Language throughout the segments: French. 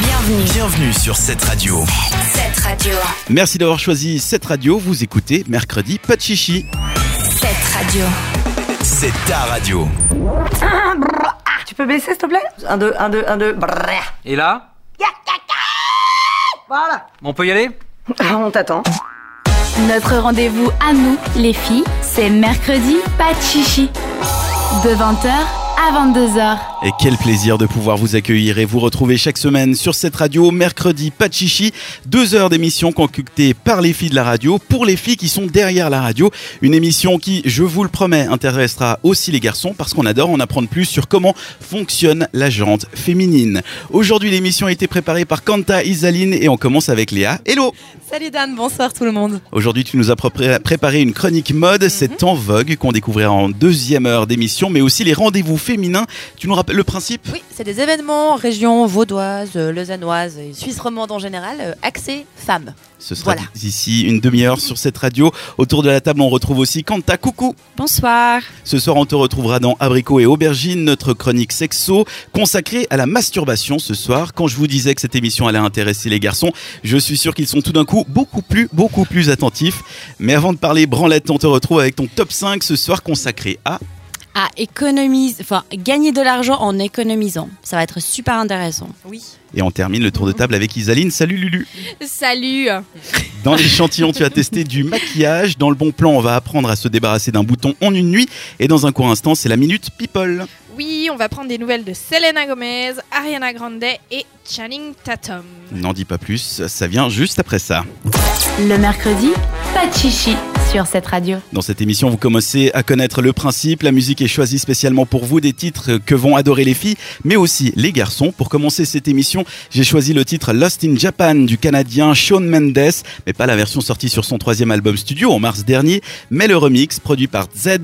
Bienvenue. Bienvenue sur cette radio. Cette radio. Merci d'avoir choisi cette radio. Vous écoutez mercredi, pas de chichi. Cette radio. C'est ta radio. Tu peux baisser s'il te plaît 1, 2, 1, 2, 1, 2. Et là Voilà. On peut y aller Ah, On t'attend. Notre rendez-vous à nous, les filles, c'est mercredi, pas de chichi. De 20h à 22h. Et quel plaisir de pouvoir vous accueillir et vous retrouver chaque semaine sur cette radio, mercredi, pas de chichi. Deux heures d'émission concoctée par les filles de la radio, pour les filles qui sont derrière la radio. Une émission qui, je vous le promets, intéressera aussi les garçons parce qu'on adore en apprendre plus sur comment fonctionne la jante féminine. Aujourd'hui, l'émission a été préparée par Kanta Isaline et on commence avec Léa. Hello Salut Dan, bonsoir tout le monde. Aujourd'hui, tu nous as pré- préparé une chronique mode, c'est en vogue qu'on découvrira en deuxième heure d'émission, mais aussi les rendez-vous féminins. Tu nous rappelles le principe Oui, c'est des événements région vaudoise, euh, lausannoise et suisse romande en général, euh, axés femmes. Ce sera Voilà. d'ici une demi-heure sur cette radio. Autour de la table, on retrouve aussi Kanta Coucou. Bonsoir. Ce soir, on te retrouvera dans Abricot et Aubergine, notre chronique sexo consacrée à la masturbation ce soir. Quand je vous disais que cette émission allait intéresser les garçons, je suis sûr qu'ils sont tout d'un coup beaucoup plus, beaucoup plus attentifs. Mais avant de parler branlette, on te retrouve avec ton top 5 ce soir consacré à à économiser, enfin gagner de l'argent en économisant. Ça va être super intéressant. Oui. Et on termine le tour de table avec Isaline. Salut Lulu Salut. Dans l'échantillon, tu as testé du maquillage. Dans le bon plan, on va apprendre à se débarrasser d'un bouton en une nuit. Et dans un court instant, c'est la minute people. Oui, on va prendre des nouvelles de Selena Gomez, Ariana Grande et Channing Tatum. N'en dis pas plus, ça vient juste après ça. Le mercredi, pas de chichi sur cette radio. Dans cette émission, vous commencez à connaître le principe. La musique est choisie spécialement pour vous, des titres que vont adorer les filles, mais aussi les garçons. Pour commencer cette émission, j'ai choisi le titre Lost in Japan du Canadien Shawn Mendes, mais pas la version sortie sur son troisième album studio en mars dernier, mais le remix produit par Z,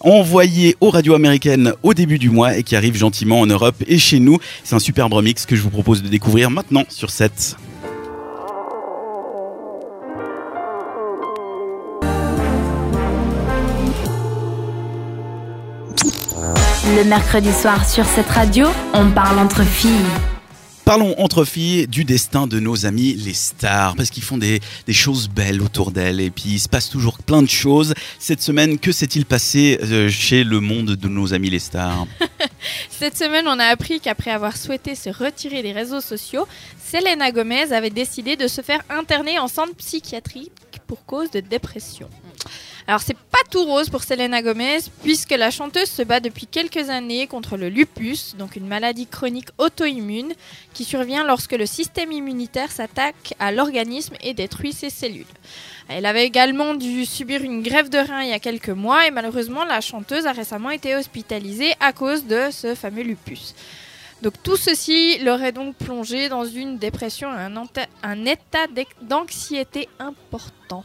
envoyé aux radios américaines au début du mois et qui arrive gentiment en Europe et chez nous. C'est un superbe remix que je vous propose de découvrir maintenant sur cette. Le mercredi soir sur cette radio, on parle entre filles. Parlons entre filles du destin de nos amis les stars, parce qu'ils font des, des choses belles autour d'elles, et puis il se passe toujours plein de choses. Cette semaine, que s'est-il passé euh, chez le monde de nos amis les stars Cette semaine, on a appris qu'après avoir souhaité se retirer des réseaux sociaux, Selena Gomez avait décidé de se faire interner en centre psychiatrique pour cause de dépression. Alors, c'est pas tout rose pour Selena Gomez, puisque la chanteuse se bat depuis quelques années contre le lupus, donc une maladie chronique auto-immune qui survient lorsque le système immunitaire s'attaque à l'organisme et détruit ses cellules. Elle avait également dû subir une grève de rein il y a quelques mois et malheureusement la chanteuse a récemment été hospitalisée à cause de ce fameux lupus. Donc tout ceci l'aurait donc plongée dans une dépression et un, anta- un état d'ex- d'anxiété important.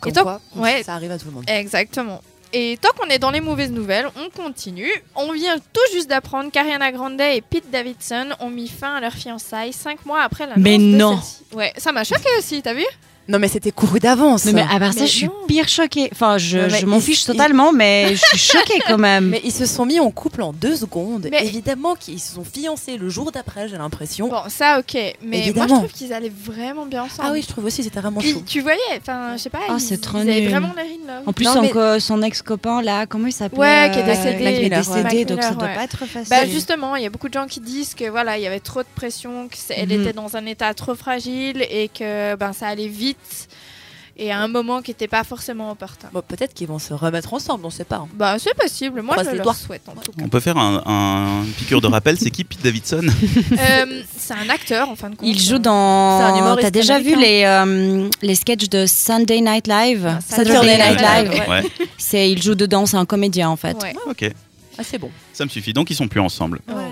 Comme Et donc- quoi, ouais. ça arrive à tout le monde. Exactement. Et tant qu'on est dans les mauvaises nouvelles, on continue. On vient tout juste d'apprendre qu'Ariana Grande et Pete Davidson ont mis fin à leur fiançailles cinq mois après l'annonce Mais de non. celle-ci. Ouais, ça m'a choqué aussi, t'as vu Eh, Non mais c'était couru d'avance. Non, mais euh, à part Mais ça, je suis non. pire choquée. Enfin, je, Non, mais je m'en il- fiche il- totalement, mais je suis choquée quand même. Mais ils se sont mis en couple en deux secondes. Mais- Évidemment qu'ils se sont fiancés le jour d'après, j'ai l'impression. Bon, ça ok, mais moi Évidemment. je trouve qu'ils allaient vraiment bien ensemble. Ah oui, je trouve aussi c'était vraiment Puis, chaud. tu voyais, enfin, je sais pas, Ah, ils, c'est trop ils avaient nul. vraiment l'air in love. En plus, Non, son mais- co- son ex-copain là, comment il s'appelait Ouais, qui est euh, décédé. Mac- il est Mac décédé, Miller, donc ça ouais. doit pas être facile. Bah justement, il y a beaucoup de gens qui disent que voilà, il y avait trop de pression, qu'elle Mhm. était dans un état trop fragile et que ben ça allait vite et à un moment qui n'était pas forcément opportun. Bon, peut-être qu'ils vont se remettre ensemble, on sait pas. hein. Bah c'est possible, moi Croise je les le doigts. souhaite en tout cas. On peut faire un, un- une piqûre de rappel, c'est qui Pete Davidson Euh, c'est un acteur en fin de compte. Il joue C'est un dans. humoriste T'as déjà vu américain. les, euh, les sketchs de Sunday Night Live Ah, Saturday Night Live. Ouais. Ouais. C'est il joue dedans, c'est un comédien en fait. Ouais. Ah, ok, Ah c'est bon. ça me suffit. Donc ils sont plus ensemble. Ouais, ouais.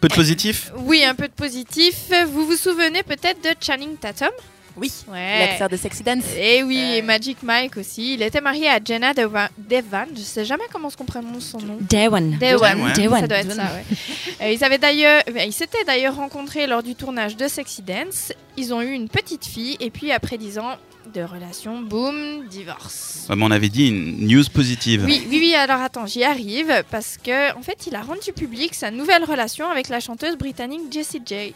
Peu de positif Oui, un peu de positif. Vous vous souvenez peut-être de Channing Tatum Oui. Ouais. L'acteur de Sexy Dance. Et oui, Euh. et Magic Mike aussi. Il était marié à Jenna Deva- Devan. Je sais jamais comment on prononce son nom. Dewan. Dewan. Ouais. Dewan. Ça doit être ça, ouais. Euh, ils avaient d'ailleurs, euh, ils s'étaient d'ailleurs rencontrés lors du tournage de Sexy Dance. Ils ont eu une petite fille et puis après 10 ans de de relation, boum, divorce. Ouais, mais on avait dit une news positive. Oui, oui, oui, alors attends, j'y arrive parce que en fait, il a rendu public sa nouvelle relation avec la chanteuse britannique Jessie J.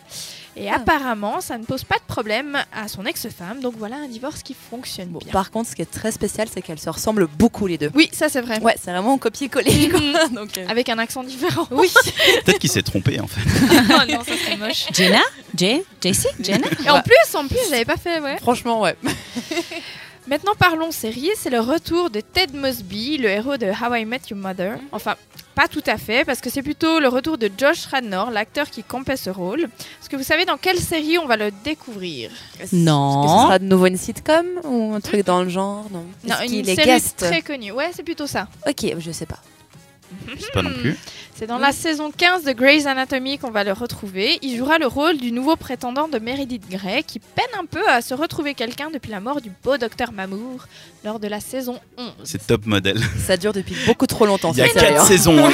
Et Ah. apparemment, ça ne pose pas de problème à son ex-femme, donc voilà un divorce qui fonctionne Bon, Eh, bien. par contre, ce qui est très spécial, c'est qu'elles se ressemblent beaucoup les deux. Oui, ça c'est vrai. Ouais, c'est vraiment copier-coller. quoi. Mhm. Donc, euh, Avec un accent différent. Oui. Peut-être qu'il s'est trompé en fait. oh non, ça serait moche. Jenna Jay Jessie Jenna Et en plus, en plus, j'avais pas fait, ouais. Franchement, ouais. Maintenant parlons série, c'est le retour de Ted Mosby, le héros de How I Met Your Mother. Mhm. Enfin, pas tout à fait, parce que c'est plutôt le retour de Josh Radnor, l'acteur qui campait ce rôle. Est-ce que vous savez dans quelle série on va le découvrir Non. Est-ce que ce sera de nouveau une sitcom ou un truc dans le genre Non. Non, Est-ce une qu'il est série guest très connue. Ouais, c'est plutôt ça. Ok, je sais pas. Je sais pas non plus. C'est Mhm. dans la saison 15 de Grey's Anatomy qu'on va le retrouver. Il jouera le rôle du nouveau prétendant de Meredith Grey, qui peine un peu à se retrouver quelqu'un depuis la mort du beau docteur Mamour lors de la saison 11. C'est top modèle. Ça dure depuis beaucoup trop longtemps. Il y a cette série, quatre hein. saisons. hein.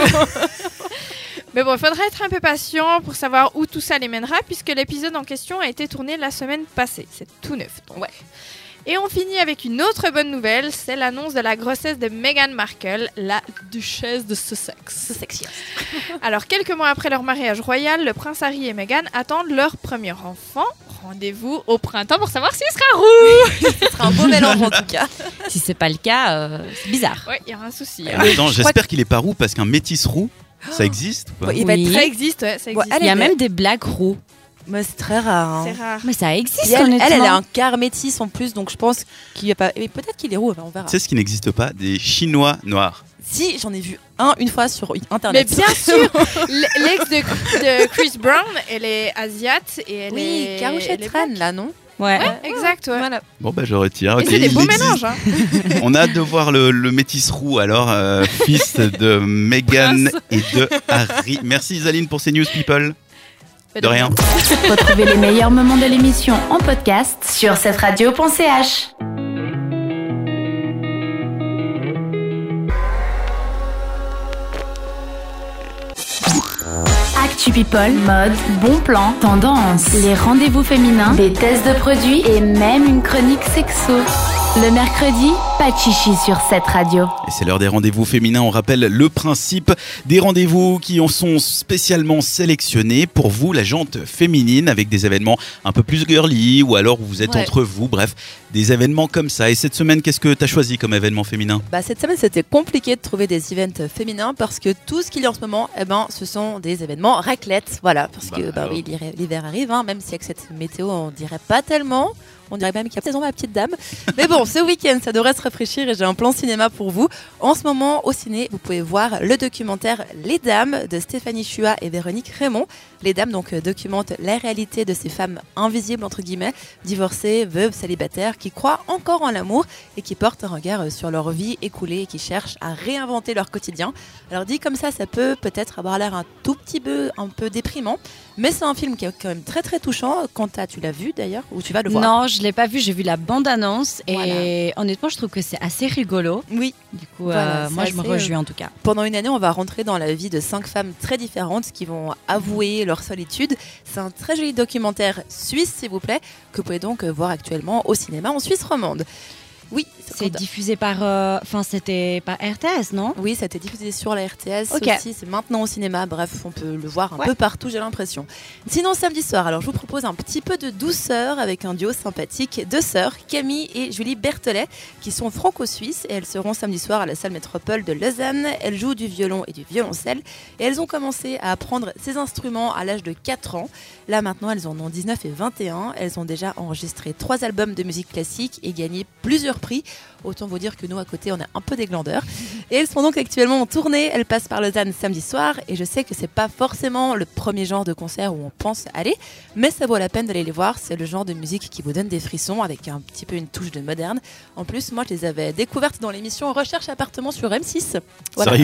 Mais bon, il faudra être un peu patient pour savoir où tout ça les mènera, puisque l'épisode en question a été tourné la semaine passée. C'est tout neuf, donc ouais. Et on finit avec une autre bonne nouvelle, c'est l'annonce de la grossesse de Meghan Markle, la duchesse de Sussex. Sexy. Alors, quelques mois après leur mariage royal, le prince Harry et Meghan attendent leur premier enfant. Rendez-vous au printemps pour savoir s'il sera roux. Ce sera un beau mélange en tout cas. Si c'est pas le cas, euh, c'est bizarre. Ouais, il y aura un souci. hein. En même temps, j'espère qu'il est pas roux parce qu'un métis roux, ça existe ou pas Il va Oui. être Ça très. existe, ouais, ça Ouais, existe. Il y a Elle est- même des blagues roux. Mais c'est très rare. hein. C'est rare. Mais ça existe Et elle, honnêtement. elle, elle a un quart métis en plus, donc je pense qu'il y a pas. mais Peut-être qu'il est roux, on verra. Tu sais ce qui n'existe pas Des Chinois noirs. Si j'en ai vu un une fois sur Mais internet. bien sûr, l- l'ex de, de Chris Brown, elle est asiate et elle oui, est. Karouche elle est Tran là, non Ouais. black. Exact, ouais. Bon, bah je retire. Et Ok, c'est des il beaux existe. mélanges. hein. On a hâte de voir le, le métis roux, alors, euh, fils de Meghan et de Harry. Merci Isaline pour ces news, people. De rien. Retrouvez les meilleurs moments de l'émission en podcast sur cette radio.ch. Actu People, mode, bon plan, tendance, les rendez-vous féminins, des tests de produits et même une chronique sexo. Le mercredi, pas de chichi sur cette radio. Et c'est l'heure des rendez-vous féminins. On rappelle le principe des rendez-vous qui en sont spécialement sélectionnés pour vous, la jante féminine, avec des événements un peu plus girly ou alors où vous êtes Ouais. entre vous. Bref, des événements comme ça. Et cette semaine, qu'est-ce que tu as choisi comme événement féminin Bah, cette semaine, c'était compliqué de trouver des events féminins parce que tout ce qu'il y a en ce moment, eh ben, ce sont des événements raclette. Voilà, parce que Bah, bah, oui, l'hiver- l'hiver arrive, hein, même si avec cette météo, on dirait pas tellement. On dirait même qu'il y a saison, ma petite dame. Mais bon, ce week-end, ça devrait se rafraîchir et j'ai un plan cinéma pour vous. En ce moment, au ciné, vous pouvez voir le documentaire Les Dames de Stéphanie Chua et Véronique Raymond. Les Dames donc euh, documentent la réalité de ces femmes invisibles, entre guillemets, divorcées, veuves, célibataires, qui croient encore en l'amour et qui portent un regard euh, sur leur vie écoulée et qui cherchent à réinventer leur quotidien. Alors dit comme ça, ça peut peut-être avoir l'air un tout petit peu un peu déprimant, mais c'est un film qui est quand même très très touchant. Quanta, tu l'as vu d'ailleurs ou tu vas le voir Non, je l'ai pas vu, j'ai vu la bande-annonce et Voilà. honnêtement, je trouve que c'est assez rigolo. Oui, Du coup, Voilà, euh, c'est moi je me assez, rejouis en tout cas. Pendant une année, on va rentrer dans la vie de cinq femmes très différentes qui vont avouer leur solitude. C'est un très joli documentaire suisse, s'il vous plaît, que vous pouvez donc euh, voir actuellement au cinéma en Suisse romande. Oui, C'est quand- diffusé par euh, enfin c'était par RTS, non Oui, ça a été diffusé sur la RTS Ok. aussi, c'est maintenant au cinéma, bref, on peut le voir un Ouais. peu partout, j'ai l'impression. Sinon, samedi soir, alors je vous propose un petit peu de douceur avec un duo sympathique, deux sœurs, Camille et Julie Berthelet, qui sont franco-suisses et elles seront samedi soir à la salle métropole de Lausanne. Elles jouent du violon et du violoncelle et elles ont commencé à apprendre ces instruments à l'âge de 4 ans. Là maintenant, elles en ont 19 et 21. Elles ont déjà enregistré trois albums de musique classique et gagné plusieurs prix. Autant vous dire que nous, à côté, on a un peu des glandeurs. Et elles sont donc actuellement en tournée. Elles passent par Lausanne samedi soir. Et je sais que c'est pas forcément le premier genre de concert où on pense aller, mais ça vaut la peine d'aller les voir. C'est le genre de musique qui vous donne des frissons avec un petit peu une touche de moderne. En plus, moi, je les avais découvertes dans l'émission Recherche appartement sur M6. Sérieux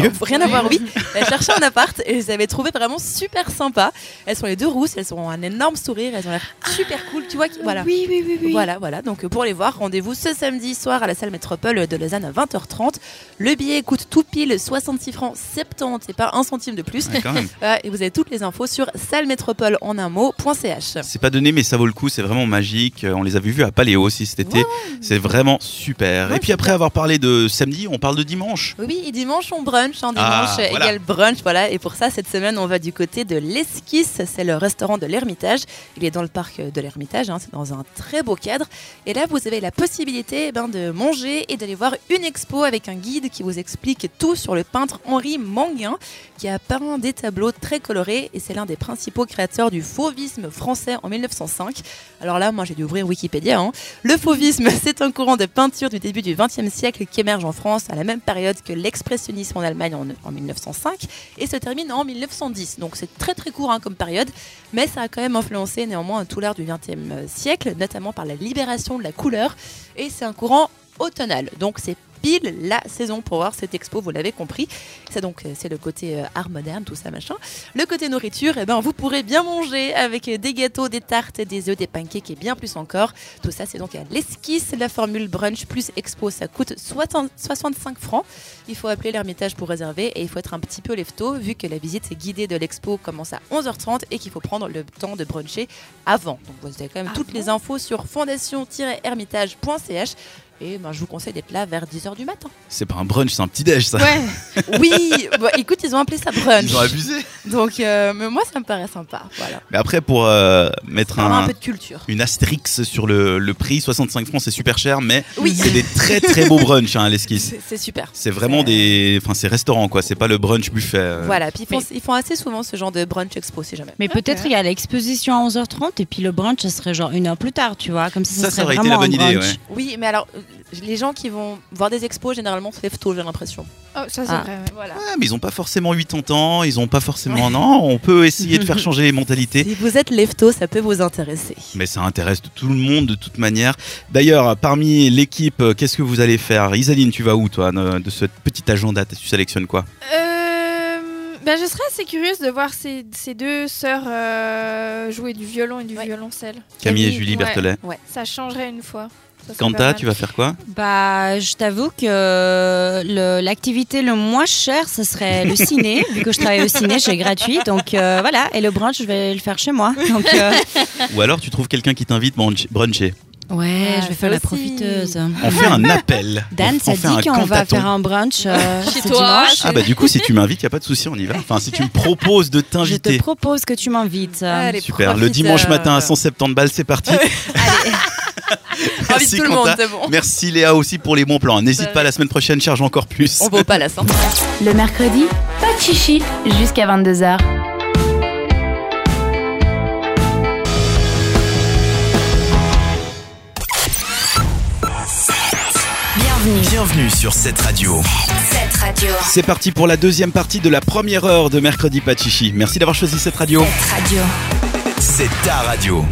Alors, Rien à voir, oui. Elles cherchaient un appart et je les avais trouvées vraiment super sympas. Elles sont les deux rousses, elles ont un énorme sourire, elles ont l'air super cool. Tu vois, qui- voilà. Oui, oui, oui, oui. Voilà, voilà. Donc euh, pour les voir, rendez-vous ce samedi soir à la salle métropole de Lausanne à 20h30. Le billet coûte coûte tout pile 66 francs 70, c'est pas un centime de plus. Ouais, quand même. Euh, et vous avez toutes les infos sur salmétropole en un mot.ch. C'est pas donné, mais ça vaut le coup. C'est vraiment magique. Euh, On les a vus à Paléo aussi cet été. C'est vraiment super. Ouais, Et puis après avoir parlé de samedi, on parle de dimanche. Oui, et dimanche, on brunch. Hein, Ah, dimanche voilà. égale brunch, voilà. Et pour ça, cette semaine, on va du côté de l'Esquisse. C'est le restaurant de l'Ermitage. Il est dans le parc de l'Ermitage. hein, c'est dans un très beau cadre. Et là, vous avez la possibilité eh ben, de manger et d'aller voir une expo avec un guide qui vous explique tout sur le peintre Henri Manguin, qui a peint des tableaux très colorés. Et c'est l'un des principaux créateurs du fauvisme français en 1905. Alors là, moi, j'ai dû ouvrir Wikipédia. hein. Le fauvisme, c'est un courant de peinture du début du XXe siècle qui émerge en France à la même période que l'expressionnisme en Allemagne en, en 1905 et se termine en 1910. Donc c'est très très court hein, comme période, mais ça a quand même influencé néanmoins tout l'art du XXe siècle, notamment par la libération de la couleur. Et c'est un courant automnal, donc c'est pile la saison pour voir cette expo, vous l'avez compris. Ça donc euh, c'est le côté euh, art moderne, tout ça machin. Le côté nourriture, eh ben, vous pourrez bien manger avec des gâteaux, des tartes, des œufs, des pancakes et bien plus encore. Tout ça, c'est donc à l'esquisse. La formule brunch plus expo, ça coûte 60 65 francs. Il faut appeler l'Ermitage pour réserver et il faut être un petit peu lève-tôt vu que la visite guidée de l'expo commence à 11h30 et qu'il faut prendre le temps de bruncher avant. Donc vous avez quand Ah même toutes les infos sur fondation-hermitage.ch et ben, je vous conseille d'être là vers 10h du matin. C'est pas un brunch, c'est un petit déj, ça. Ouais. Oui, bah, écoute, ils ont appelé ça brunch. Ils ont Ah. abusé. Donc euh, mais moi, ça me paraît sympa. Voilà. Mais après, pour euh, mettre On a un un, peu de culture. une astérix sur le, le prix, 65 francs, c'est super cher, mais Oui, c'est des très très beaux brunchs, hein, à l'esquisse. c'est c'est super. C'est vraiment des. Enfin, c'est restaurant, quoi. C'est pas le brunch buffet. euh. Voilà, puis ils font, ils font assez souvent ce genre de brunch expo, si jamais. Mais peut-être il y a l'exposition à 11h30 et puis le brunch, ça serait genre une heure plus tard, tu vois. Comme ça, Ça, ça, ça serait aurait été vraiment la bonne un idée, brunch. ouais. Oui, mais alors, euh, les gens qui vont voir des expos, généralement, se lèvent tôt, j'ai l'impression. Oh, ça c'est Ah. vrai, ouais, voilà. Ouais, mais ils ont pas forcément 80 ans, ils ont pas forcément. Non, on peut essayer de faire changer les mentalités. Si vous êtes lève tôt, ça peut vous intéresser. Mais ça intéresse tout le monde de toute manière. D'ailleurs, parmi l'équipe, euh, qu'est-ce que vous allez faire Isaline, tu vas où toi euh, de de ce petit agenda Tu sélectionnes quoi Euh, ben, je serais assez curieuse de voir ces, ces deux sœurs euh, jouer du violon et du Ouais. violoncelle. Camille et Camille, Julie ouais. Berthelet. Ça changerait une fois. Ça serait pas Kanta, mal. tu vas faire quoi Bah, je t'avoue que le- l'activité le moins chère, ce serait le ciné. vu que je travaille au ciné, c'est gratuit. Donc euh, voilà, et le brunch, je vais le faire chez moi. Donc, euh, Ou alors tu trouves quelqu'un qui t'invite brunch- bruncher. ouais, Ah, je vais ça faire la aussi. profiteuse. On fait un appel. Dan, on ça fait un dit qu'on va cantaton. faire un brunch euh, Chez ce toi, dimanche. Ah bah du coup, si tu m'invites, y a pas de souci, on y va. Enfin, si tu me proposes de Je te t'inviter. propose que tu m'invites. Ah, les Super. Le profiteurs. dimanche matin à 170 balles, c'est parti. Invite Merci tout le monde, Quentin. c'est bon. Merci Léa aussi pour les bons plans. N'hésite pas la semaine prochaine, charge encore plus. On vaut pas la santé. Le mercredi, pas de chichi jusqu'à 22h. Bienvenue. Bienvenue sur cette radio. Cette radio. C'est parti pour la deuxième partie de la première heure de mercredi Pachichi. Merci d'avoir choisi cette radio. Cette radio. C'est ta radio.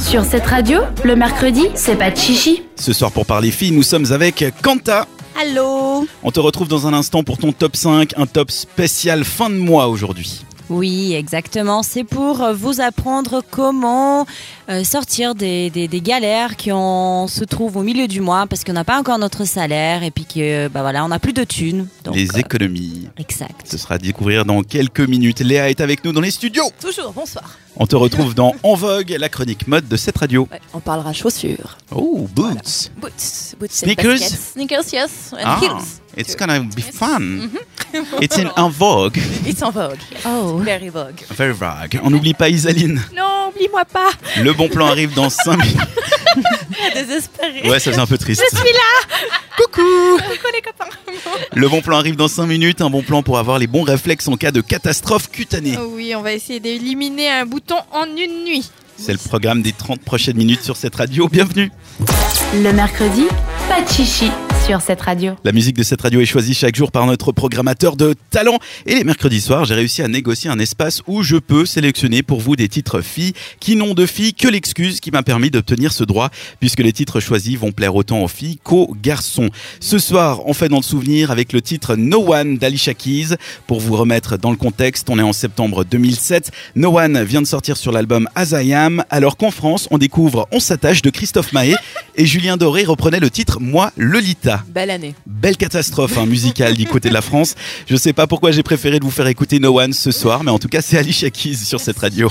Sur cette radio, le mercredi, c'est pas de chichi. Ce soir pour parler filles, nous sommes avec Kanta. Allô On te retrouve dans un instant pour ton top 5, un top spécial fin de mois aujourd'hui. Oui, exactement. C'est pour euh, vous apprendre comment euh, sortir des, des- des galères qui on se trouve au milieu du mois parce qu'on n'a pas encore notre salaire et puis que bah voilà, on n'a plus de thunes. Donc, Les euh, économies. Ce exact. sera à découvrir dans quelques minutes. Léa est avec nous dans les studios. Toujours, bonsoir. On te retrouve dans En Vogue, la chronique mode de cette radio. Ouais, on parlera chaussures. Oh, boots. Boots, boots and Sneakers. baskets. Sneakers, yes. And Ah, heels. it's Mm-hmm. gonna be fun. It's in En Vogue. It's en vogue. Oh. Very vogue. Very vague. On n'oublie pas Isaline. Non, oublie-moi pas. Le bon plan arrive dans 5 minutes. Désespéré. Ouais, ça faisait un peu triste. Je suis là Coucou Le bon plan arrive dans 5 minutes, un bon plan pour avoir les bons réflexes en cas de catastrophe cutanée. Oh oui, on va essayer d'éliminer un bouton en une nuit. C'est le programme des 30 prochaines minutes sur cette radio, bienvenue Le mercredi, pas de chichi sur cette radio. La musique de cette radio est choisie chaque jour par notre programmateur de talent. Et les mercredis soirs, j'ai réussi à négocier un espace où je peux sélectionner pour vous des titres filles qui n'ont de filles que l'excuse qui m'a permis d'obtenir ce droit, puisque les titres choisis vont plaire autant aux filles qu'aux garçons. Ce soir, on fait dans le souvenir avec le titre No One d'Alicia Keys. Pour vous remettre dans le contexte, on est en septembre 2007. No One vient de sortir sur l'album As I Am, alors qu'en France, on découvre On s'attache de Christophe Maé et Julien Doré reprenait le titre Moi, Lolita. là. Belle année. Belle catastrophe hein, musicale du côté de la France. Je sais pas pourquoi j'ai préféré de vous faire écouter No One ce soir, mais en tout cas, c'est Ali Shakiz sur cette radio.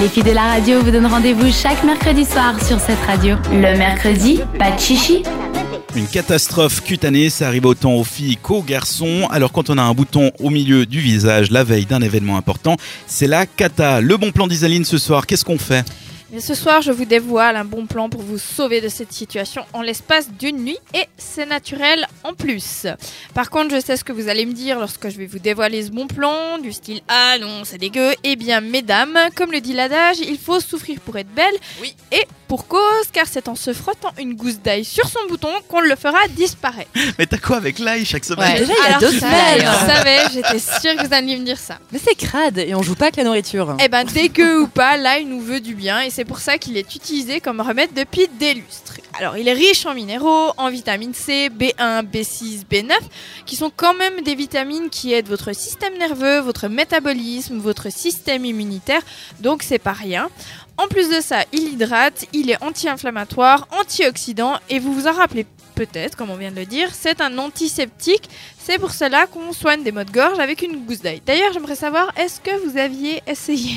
Les filles de la radio vous donnent rendez-vous chaque mercredi soir sur cette radio. Le mercredi, pas de chichi. Une catastrophe cutanée, ça arrive autant aux filles qu'aux garçons. Alors quand on a un bouton au milieu du visage la veille d'un événement important, c'est la cata. Le bon plan d'Isaline ce soir, qu'est-ce qu'on fait Mais ce soir, je vous dévoile un bon plan pour vous sauver de cette situation en l'espace d'une nuit et c'est naturel en plus. Par contre, je sais ce que vous allez me dire lorsque je vais vous dévoiler ce bon plan, du style Ah non, c'est dégueu. Eh bien, mesdames, comme le dit l'adage, il faut souffrir pour être belle. Oui. Et pour cause, car c'est en se frottant une gousse d'ail sur son bouton qu'on le fera disparaître. Mais t'as quoi avec l'ail chaque semaine Ouais. Déjà, il y a Alors deux ça, semaines. Je savais, j'étais sûre que vous alliez me dire ça. Mais c'est crade et on joue pas avec la nourriture. Eh ben, dégueu ou pas, l'ail nous veut du bien et c'est pour ça qu'il est utilisé comme remède depuis des lustres. Alors, il est riche en minéraux, en vitamine C, B1, B6, B9, qui sont quand même des vitamines qui aident votre système nerveux, votre métabolisme, votre système immunitaire, donc c'est pas rien. En plus de ça, il hydrate, il est anti-inflammatoire, antioxydant et vous vous en rappelez peut-être, comme on vient de le dire, c'est un antiseptique c'est pour cela qu'on soigne des maux de gorge avec une gousse d'ail. D'ailleurs, j'aimerais savoir, est-ce que vous aviez essayé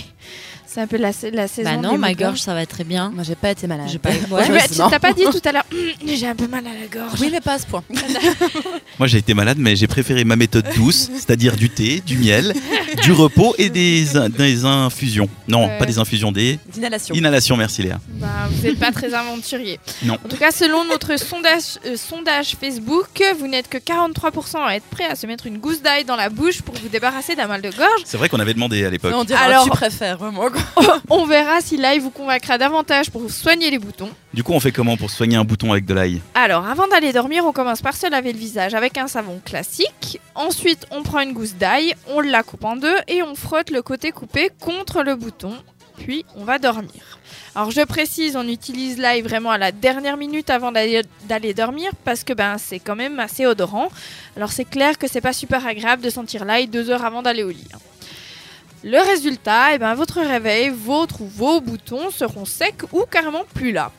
C'est un peu la, sa- la saison. Bah des non, ma maux de gorge, ça va très bien. Moi, Eh. j'ai pas été malade. J'ai pas- Ouais, Ouais, mais tu Heureusement. t'as pas dit tout à l'heure, Hum, j'ai un peu mal à la gorge. Oui, mais pas à ce point. Moi j'ai été malade, mais j'ai préféré ma méthode douce, c'est-à-dire du thé, du miel, du repos et des, in- des infusions. Non, Euh. pas des infusions, des D'inhalation. inhalations, merci Léa. Bah, vous n'êtes pas très aventurier. Non. En tout cas, selon notre sondage, euh, sondage Facebook, vous n'êtes que 43% à être prêt à se mettre une gousse d'ail dans la bouche pour vous débarrasser d'un mal de gorge. C'est vrai qu'on avait demandé à l'époque. on dirait Alors- Alors... tu préfères vraiment. quoi. On verra si l'ail vous convaincra davantage pour soigner les boutons. Du coup, on fait comment pour soigner un bouton avec de l'ail Alors, avant d'aller dormir, on commence par se laver le visage avec un savon classique. Ensuite, on prend une gousse d'ail, on la coupe en deux et on frotte le côté coupé contre le bouton. Puis, on va dormir. Alors, je précise, on utilise l'ail vraiment à la dernière minute avant d'aller d'aller dormir parce que ben, c'est quand même assez odorant. Alors, c'est clair que c'est pas super agréable de sentir l'ail deux heures avant d'aller au lit. hein. Le résultat, eh ben, votre réveil, votre ou vos boutons seront secs ou carrément plus là.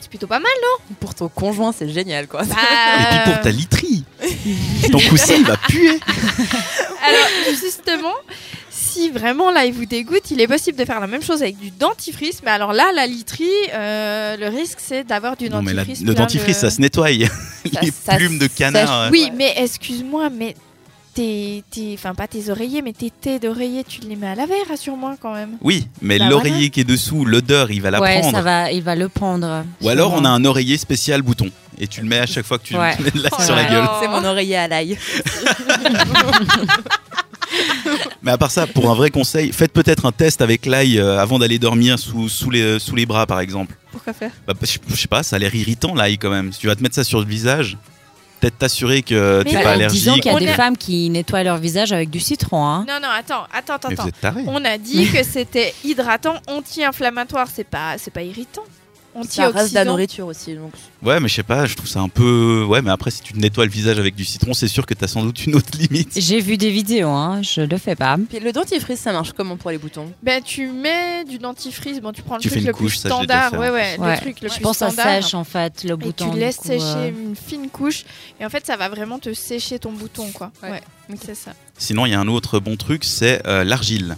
C'est plutôt pas mal. Pour ton conjoint, c'est génial quoi. Et puis Euh. pour ta literie Ton coussin il va Ah, puer Euh, Alors justement, si vraiment là il vous dégoûte, il est possible de faire la même chose avec du dentifrice. Mais alors là, la literie, euh, le risque c'est d'avoir du Non mais la- dentifrice. le plein dentifrice de- ça se nettoie. Les ça plumes de sèche. canard. euh, Oui, Ouais. mais excuse-moi, mais tes, tes- enfin pas tes oreillers, mais tes tés d'oreiller, tu les mets à laver, rassure-moi quand même. Oui, mais Bah l'oreiller voilà. qui est dessous, l'odeur, il va la ouais, prendre. ça va, il va le prendre. Ou alors on a un oreiller spécial bouton et tu le mets à chaque fois que tu Ouais. mets de l'ail sur Ouais. la gueule. C'est mon oreiller à l'ail. Mais à part ça, pour un vrai conseil, faites peut-être un test avec l'ail euh, avant d'aller dormir sous, sous, les, euh, sous les bras par exemple. Pourquoi faire Bah, je, je sais pas, ça a l'air irritant l'ail quand même. Si tu vas te mettre ça sur le visage, peut-être t'assurer que t'es Mais bah, pas alors, Disons allergique. qu'il y On a des est- femmes qui nettoient leur visage avec du citron. hein. Non, non, attends, attends, Mais attends. vous êtes tarés. On a dit que c'était hydratant, anti-inflammatoire. C'est pas, c'est pas irritant. Ça reste de la Antioxydant. nourriture aussi. Donc... Ouais, mais je sais pas, je trouve ça un peu. Ouais, mais après, si tu te nettoies le visage avec du citron, c'est sûr que t'as sans doute une autre limite. J'ai vu des vidéos, hein, je le fais pas. Puis le dentifrice, ça marche comment pour les boutons Ben tu mets du dentifrice, bon tu prends le Tu fais truc une le couche, plus ça, je l'ai déjà standard, fait, hein. ouais en ouais, le Ouais. truc le je plus pense que ça standard. sèche en fait le et bouton. tu du laisses coup, sécher euh, une fine couche et en fait ça va vraiment te sécher ton bouton quoi. Ouais, c'est ça. Sinon, il y a un autre bon truc, c'est euh, l'argile.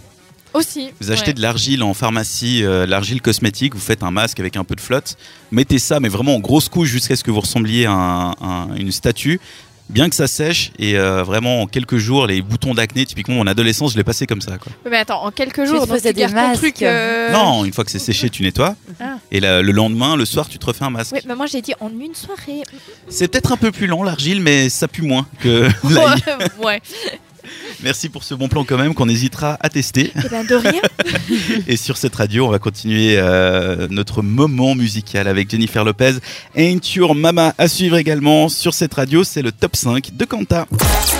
Aussi. Vous achetez de l'argile en pharmacie, euh, l'argile cosmétique, vous faites un masque avec un peu de flotte, mettez ça, mais vraiment en grosse couche jusqu'à ce que vous ressembliez à un- un- une statue. Bien que ça sèche, et euh, vraiment en quelques jours, les boutons d'acné, typiquement en adolescence, je l'ai passé comme ça. Quoi. Ouais, Mais attends, en quelques jours te donc faisais tu des gardes ton masques. truc euh, Non, une fois que c'est séché, tu nettoies, Ah. et la- le lendemain, le soir, tu te refais un masque. Oui, mais moi j'ai dit en une soirée. C'est peut-être un peu plus lent l'argile, mais ça pue moins que l'ail. Ouais, ouais. Merci pour ce bon plan quand même qu'on hésitera à tester. Et ben de rien. Et sur cette radio, on va continuer euh, notre moment musical avec Jennifer Lopez. Ain't Your Mama à suivre également sur cette radio. C'est le top 5 de Kanta.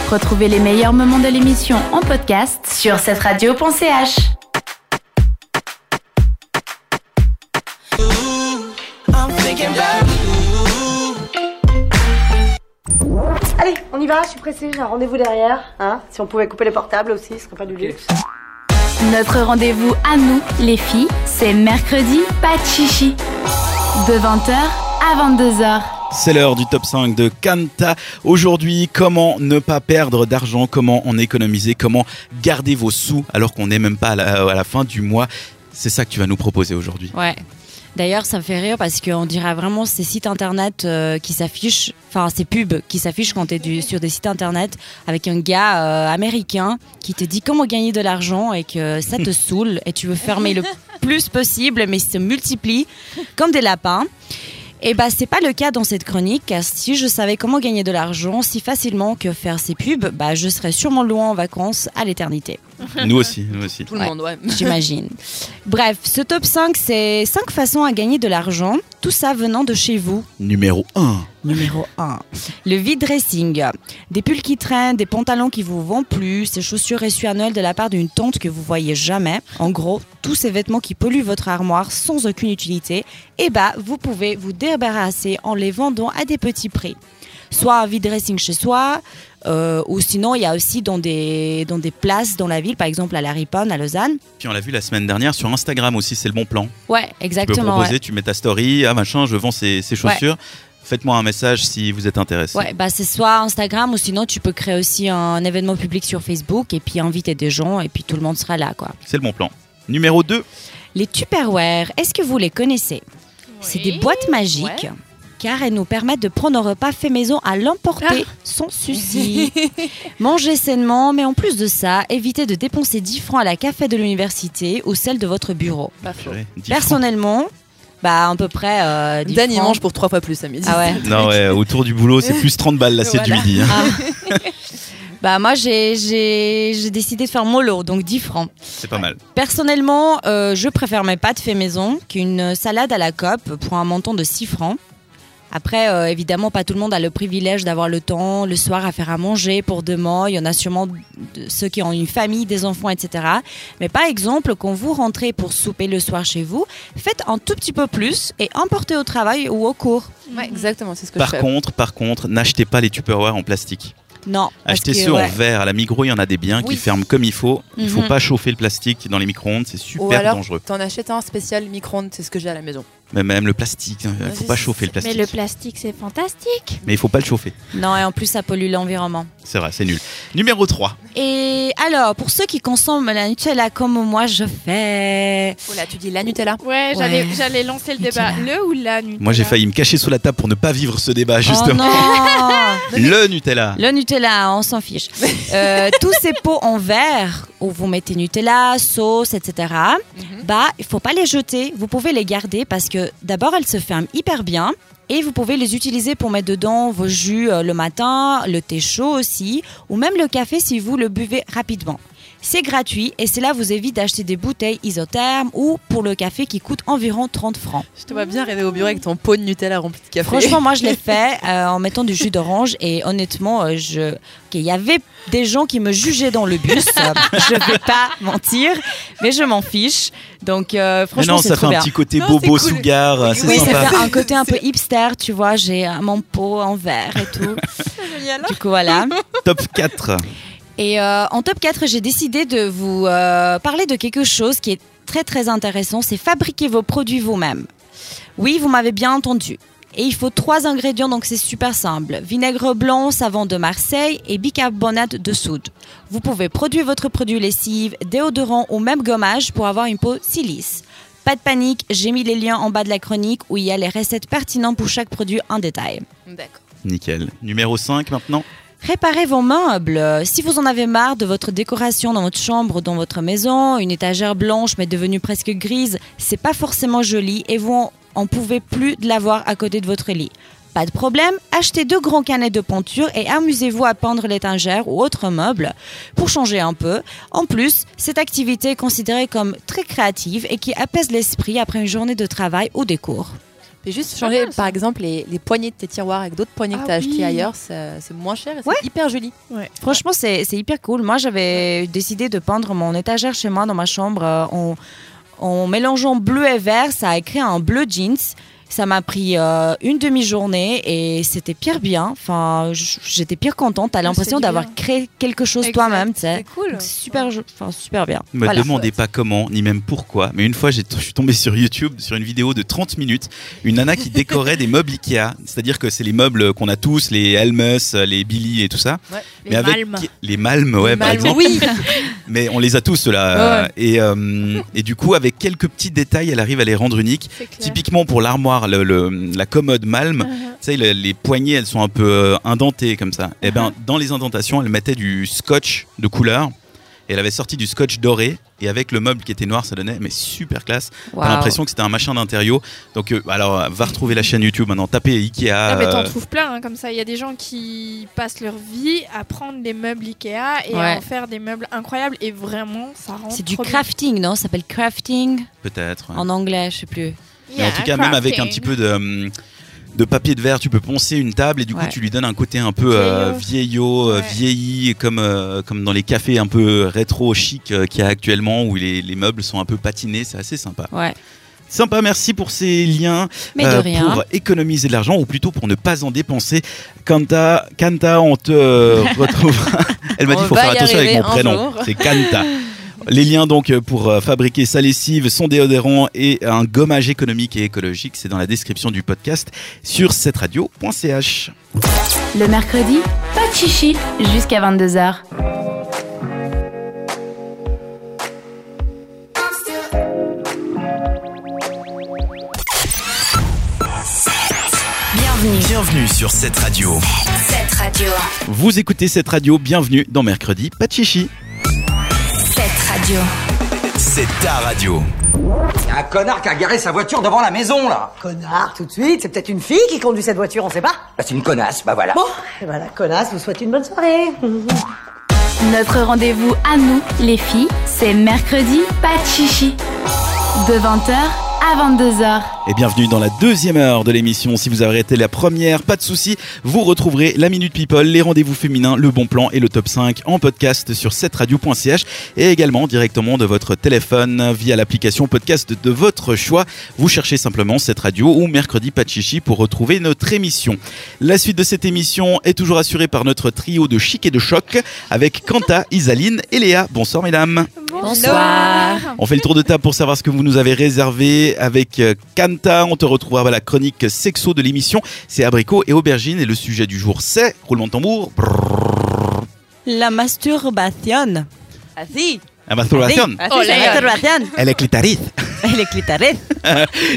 Retrouvez les meilleurs moments de l'émission en podcast sur cette radio.ch. Allez, on y va, je suis pressée, j'ai un rendez-vous derrière. Hein si on pouvait couper les portables aussi, ce serait pas du luxe. Notre rendez-vous à nous, les filles, c'est mercredi, pas de chichi. De 20h à 22h. C'est l'heure du top 5 de Kanta. Aujourd'hui, comment ne pas perdre d'argent, comment en économiser, comment garder vos sous alors qu'on n'est même pas à la, à la fin du mois. C'est ça que tu vas nous proposer aujourd'hui. Ouais. D'ailleurs, ça me fait rire parce qu'on dirait vraiment ces sites internet euh, qui s'affichent, enfin ces pubs qui s'affichent quand t'es du- sur des sites internet avec un gars euh, américain qui te dit comment gagner de l'argent et que ça te saoule et tu veux fermer le plus possible mais se multiplie comme des lapins. Et bah c'est pas le cas dans cette chronique car si je savais comment gagner de l'argent si facilement que faire ces pubs, bah je serais sûrement loin en vacances à l'éternité. Nous aussi, nous aussi. Tout le Ouais. monde, ouais. J'imagine. Bref, ce top 5, c'est 5 façons à gagner de l'argent, tout ça venant de chez vous. Numéro 1. Numéro 1. Le vide dressing. Des pulls qui traînent, des pantalons qui vous vont plus, ces chaussures essuie annuelles de la part d'une tante que vous voyez jamais. En gros, tous ces vêtements qui polluent votre armoire sans aucune utilité, eh bah, vous pouvez vous débarrasser en les vendant à des petits prix. Soit un vide dressing chez soi, euh, ou sinon, il y a aussi dans des, dans des places dans la ville, par exemple à la Riponne, à Lausanne. Puis on l'a vu la semaine dernière sur Instagram aussi, c'est le bon plan. Ouais, Tu peux exactement. proposer, Ouais. tu mets ta story, ah machin, je vends ces, ces chaussures. Faites-moi un message si vous êtes intéressé. Ouais, bah c'est soit Instagram ou sinon tu peux créer aussi un événement public sur Facebook et puis inviter des gens et puis tout le monde sera là quoi. C'est le bon plan. Numéro 2. Les Tupperware, est-ce que vous les connaissez C'est des boîtes magiques ouais. Ah. car elles nous permettent de prendre un repas fait maison à l'emporter sans souci. Manger sainement, mais en plus de ça, évitez de dépenser 10 francs à la café de l'université ou celle de votre bureau. Pas faux. Purée, dix francs. Personnellement, bah à peu près euh, 10 Dan, il francs. mange pour trois fois plus à midi. Ah ouais. Non, ouais, autour du boulot, c'est plus 30 balles l'assiette Voilà. du midi. Ah. hein. Bah moi j'ai- j'ai j'ai décidé de faire mollo, donc 10 francs. C'est pas mal. Personnellement, euh, je préfère mes pâtes fait maison qu'une salade à la cope pour un montant de 6 francs. Après, euh, évidemment, pas tout le monde a le privilège d'avoir le temps le soir à faire à manger pour demain. Il y en a sûrement de- ceux qui ont une famille, des enfants, etc. Mais par exemple, quand vous rentrez pour souper le soir chez vous, faites un tout petit peu plus et emportez au travail ou au cours. Ouais, exactement, c'est ce que Par je fais. contre, par contre, n'achetez pas les Tupperware en plastique. Non. parce Achetez que, ceux en ouais. verre. À la Migros, il y en a des biens Oui. qui ferment comme il faut. Il faut Mhm. pas chauffer le plastique dans les micro-ondes, c'est Ou super alors, dangereux. t'en achètes un spécial micro-ondes, c'est ce que j'ai à la maison. Mais même le plastique, hein, il faut je pas sais, chauffer le Mais plastique. le plastique, c'est fantastique. Mais il faut pas le chauffer. Non, et en plus, ça pollue l'environnement. C'est vrai, c'est nul. Numéro 3. Et alors, pour ceux qui consomment la Nutella comme moi je fais, Oh là, tu dis la Nutella. Ouais, j'allais- Ouais. j'allais lancer le débat. Nutella. Le ou la Nutella Moi, j'ai failli me cacher sous la table pour ne pas vivre ce débat, justement. Oh non le Nutella. Le Nutella, on s'en fiche. Euh, tous ces pots en verre où vous mettez Nutella, sauce, etc. Bah, il faut pas les jeter. Vous pouvez les garder parce que d'abord elles se ferment hyper bien et vous pouvez les utiliser pour mettre dedans vos jus euh, le matin, le thé chaud aussi, ou même le café si vous le buvez rapidement. C'est gratuit et cela vous évite d'acheter des bouteilles isothermes ou pour le café qui coûte environ 30 francs. Je te vois bien arriver au bureau avec ton pot de Nutella rempli de café. Franchement, moi, je l'ai fait euh, en mettant du jus d'orange et honnêtement, euh, je. Ok, il y avait des gens qui me jugeaient dans le bus. euh, je vais pas mentir, mais je m'en fiche. Donc, euh, Mais franchement, non, c'est ça fait trop un bien. petit côté Non, bobo c'est cool. sougar, euh, c'est Oui, ça sympa. fait un côté un peu hipster, tu vois. J'ai euh, mon pot en verre et tout. Du coup, voilà. Top 4. Et euh, en top 4, j'ai décidé de vous euh, parler de quelque chose qui est très très intéressant, c'est fabriquer vos produits vous-même. Oui, vous m'avez bien entendu. Et il faut trois ingrédients, donc c'est super simple. Vinaigre blanc, savon de Marseille et bicarbonate de soude. Vous pouvez produire votre produit lessive, déodorant ou même gommage pour avoir une peau si lisse. Pas de panique, j'ai mis les liens en bas de la chronique où il y a les recettes pertinentes pour chaque produit en détail. D'accord. Nickel. Numéro 5 maintenant. Réparez vos meubles. Euh, Si vous en avez marre de votre décoration dans votre chambre, ou dans votre maison, une étagère blanche mais devenue presque grise, c'est pas forcément joli et vous en- en pouvez plus de l'avoir à côté de votre lit. Pas de problème, achetez deux grands canets de peinture et amusez-vous à peindre l'étagère ou autre meuble pour changer un peu. En plus, cette activité est considérée comme très créative et qui apaise l'esprit après une journée de travail ou des cours. Et juste changer, par exemple, les, les poignées de tes tiroirs avec d'autres poignées que Ah t'as achetées oui. ailleurs, ça- c'est moins cher et c'est Ouais. hyper joli. Franchement, c'est c'est hyper cool. Moi, j'avais décidé de peindre mon étagère chez moi dans ma chambre euh, en, en mélangeant bleu et vert. Ça a créé un bleu jeans. Ça m'a pris euh, une demi-journée et c'était pire bien. Enfin, j- j'étais pire contente. T'as Ah, c'est l'impression d'avoir bien. créé quelque chose Exact. toi-même, tu sais. C'est cool. Donc, c'est super, jo- enfin, super bien. Ne me Voilà. demandez pas comment, ni même pourquoi, mais une fois, j'ai- je suis tombé sur YouTube, sur une vidéo de 30 minutes, une nana qui décorait des meubles Ikea. C'est-à-dire que c'est les meubles qu'on a tous, les Elmus, les Billy et tout ça. Les mais avec malmes. les Malmes, ouais, bah, par exemple. Malmes, oui. Mais on les a tous, là. Et, euh, et du coup, avec quelques petits détails, elle arrive à les rendre uniques. C'est clair. Typiquement pour l'armoire, le- le- la commode Malm, Uh-huh. tu sais, le- les poignées, elles sont un peu euh, indentées comme ça. Et Uh-huh. ben, dans les indentations, elle mettait du scotch de couleur. Et elle avait sorti du scotch doré. Et avec le meuble qui était noir, ça donnait mais super classe. T'as Waouh. l'impression que c'était un machin d'intérieur. Donc, euh, alors, euh, va retrouver la chaîne YouTube maintenant. Tapez Ikea. Ah, mais t'en euh, trouves plein hein, comme ça. Il y a des gens qui passent leur vie à prendre des meubles Ikea et à Ouais. en faire des meubles incroyables et vraiment ça rend. C'est du trop bien. crafting, non Ça s'appelle crafting Peut-être. Ah, ouais. en anglais, je sais plus. Mais en Yeah, tout cas, même avec un petit crafting. peu de. hum, de papier de verre, tu peux poncer une table et du coup Ouais. tu lui donnes un côté un peu euh, vieillot, euh, Ouais. vieilli, comme euh, comme dans les cafés un peu rétro chic euh, qu'il y a actuellement où les, les meubles sont un peu patinés, c'est assez sympa. Ouais. Sympa, merci pour ces liens Mais euh, de rien. pour économiser de l'argent ou plutôt pour ne pas en dépenser. Kanta, Kanta on te euh, retrouvera. Elle m'a dit On qu'il faut va faire y attention avec arriver mon un prénom. jour. C'est Kanta. Les liens donc euh, pour euh, fabriquer sa lessive, son déodorant et un gommage économique et écologique, c'est dans la description du podcast sur cette radio.ch. Le mercredi, pas de chichi jusqu'à 22h. Bienvenue, Bienvenue sur cette radio. cette radio, Vous écoutez cette radio, bienvenue dans mercredi, pas de chichi. cette radio, C'est ta radio. Il y a un connard qui a garé sa voiture devant la maison, là Connard, tout de suite, c'est peut-être une fille qui conduit cette voiture, on sait pas. Bah, c'est une connasse, bah voilà. Bon, eh et ben la connasse vous souhaite une bonne soirée. Mhm. Notre rendez-vous à nous, les filles, c'est mercredi, pas de chichi. De 20h à 22h. Et bienvenue dans la deuxième heure de l'émission. Si vous avez arrêté la première, pas de souci, vous retrouverez la Minute People, les rendez-vous féminins, le bon plan et le top 5 en podcast sur 7radio.ch et également directement de votre téléphone via l'application podcast de votre choix. Vous cherchez simplement cette radio ou mercredi pas de chichi pour retrouver notre émission. La suite de cette émission est toujours assurée par notre trio de chic et de choc avec Kanta, Isaline et Léa. Bonsoir mesdames. Bonsoir. On fait le tour de table pour savoir ce que vous nous avez réservé avec euh, Kanta. On te retrouvera à la chronique sexo de l'émission. C'est abricot et aubergine et le sujet du jour c'est roulement de tambour. La masturbation. Ah si. La masturbation. Ah, Oh si, là la là. masturbation. Elle est clitoris. Elle est clitoris.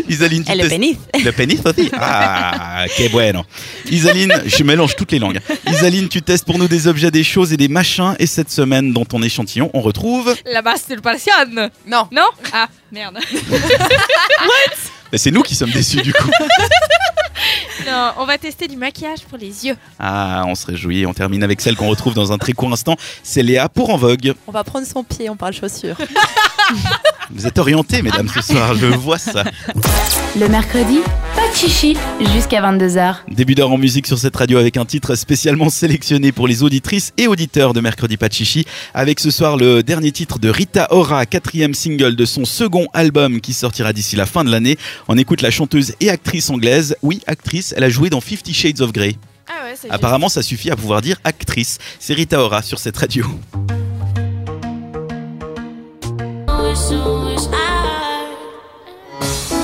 Isaline, tu Elle est testes- pénis. Le pénis aussi. Ah, que bueno. Isaline, je mélange toutes les langues. Isaline, tu testes pour nous des objets, des choses et des machins. Et cette semaine, dans ton échantillon, on retrouve. La masturbation. Non. Non Ah merde. Mais c'est nous qui sommes déçus du coup. non, on va tester du maquillage pour les yeux. Ah, on se réjouit. On termine avec celle qu'on retrouve dans un très court instant. C'est Léa pour En Vogue. On va prendre son pied, on parle chaussures. Vous êtes orientées, mesdames, ce soir. Je vois ça. Le mercredi, pas de chichi jusqu'à 22h. Début d'heure en musique sur cette radio avec un titre spécialement sélectionné pour les auditrices et auditeurs de Mercredi Pachichi. Avec ce soir le dernier titre de Rita Ora, quatrième single de son second album qui sortira d'ici la fin de l'année. On écoute la chanteuse et actrice anglaise. Oui, actrice, elle a joué dans Fifty Shades of Grey. Ah ouais, c'est Apparemment, ça suffit à pouvoir dire actrice. C'est Rita Ora sur cette radio.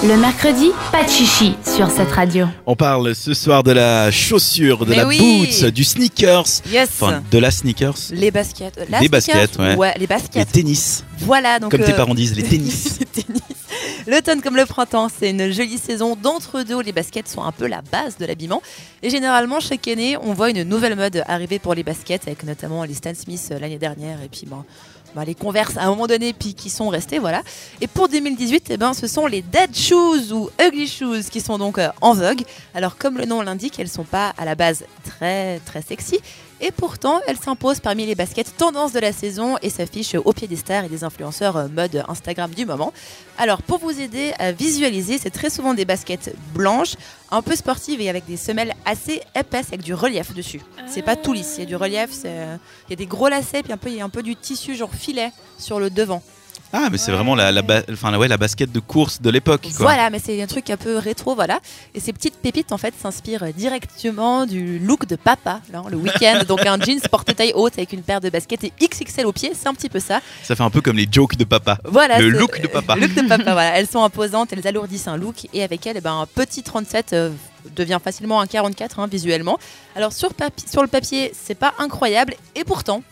Le mercredi, pas de chichi sur cette radio. On parle ce soir de la chaussure, de Mais la oui. boots, du sneakers. Yes. Enfin, de la sneakers. les baskets. euh, la Les sneakers baskets, ouais. les Les baskets. tennis, Voilà donc. comme tes euh, parents disent, les tennis. Le tennis. L'automne comme le printemps, c'est une jolie saison d'entre-deux. Les baskets sont un peu la base de l'habillement. Et généralement, chaque année, on voit une nouvelle mode arriver pour les baskets, avec notamment les Stan Smith euh, l'année dernière et puis ben, ben, les Converse à un moment donné, puis qui sont restés. Voilà. Et pour 2018, eh ben, ce sont les dead shoes ou ugly shoes qui sont donc euh, en vogue. Alors, comme le nom l'indique, elles sont pas à la base très très sexy. Et pourtant, elles s'imposent parmi les baskets tendances de la saison et s'affichent au pied des stars et des influenceurs euh, mode Instagram du moment. Alors, pour vous aider à visualiser, c'est très souvent des baskets blanches, un peu sportives et avec des semelles assez épaisses avec du relief dessus. C'est pas tout lisse, il y a du relief, c'est- il y a des gros lacets, puis un peu, il y a un peu du tissu genre filet sur le devant. Ah, mais c'est vraiment la, la, ba- enfin, ouais, la basket de course de l'époque. quoi. Voilà, mais c'est un truc un peu rétro, voilà. Et ces petites pépites, en fait, s'inspirent directement du look de papa, là, hein, le week-end. Donc un jeans porte-taille haute avec une paire de baskets et XXL aux pieds, c'est un petit peu ça. Ça fait un peu comme les jokes de papa. Voilà, Le c'est- look de papa. Le look de papa, voilà. Elles sont imposantes, elles alourdissent un look et avec elles, eh ben, un petit 37 euh, devient facilement un 44 hein, visuellement. Alors sur, papi- sur le papier, c'est pas incroyable et pourtant,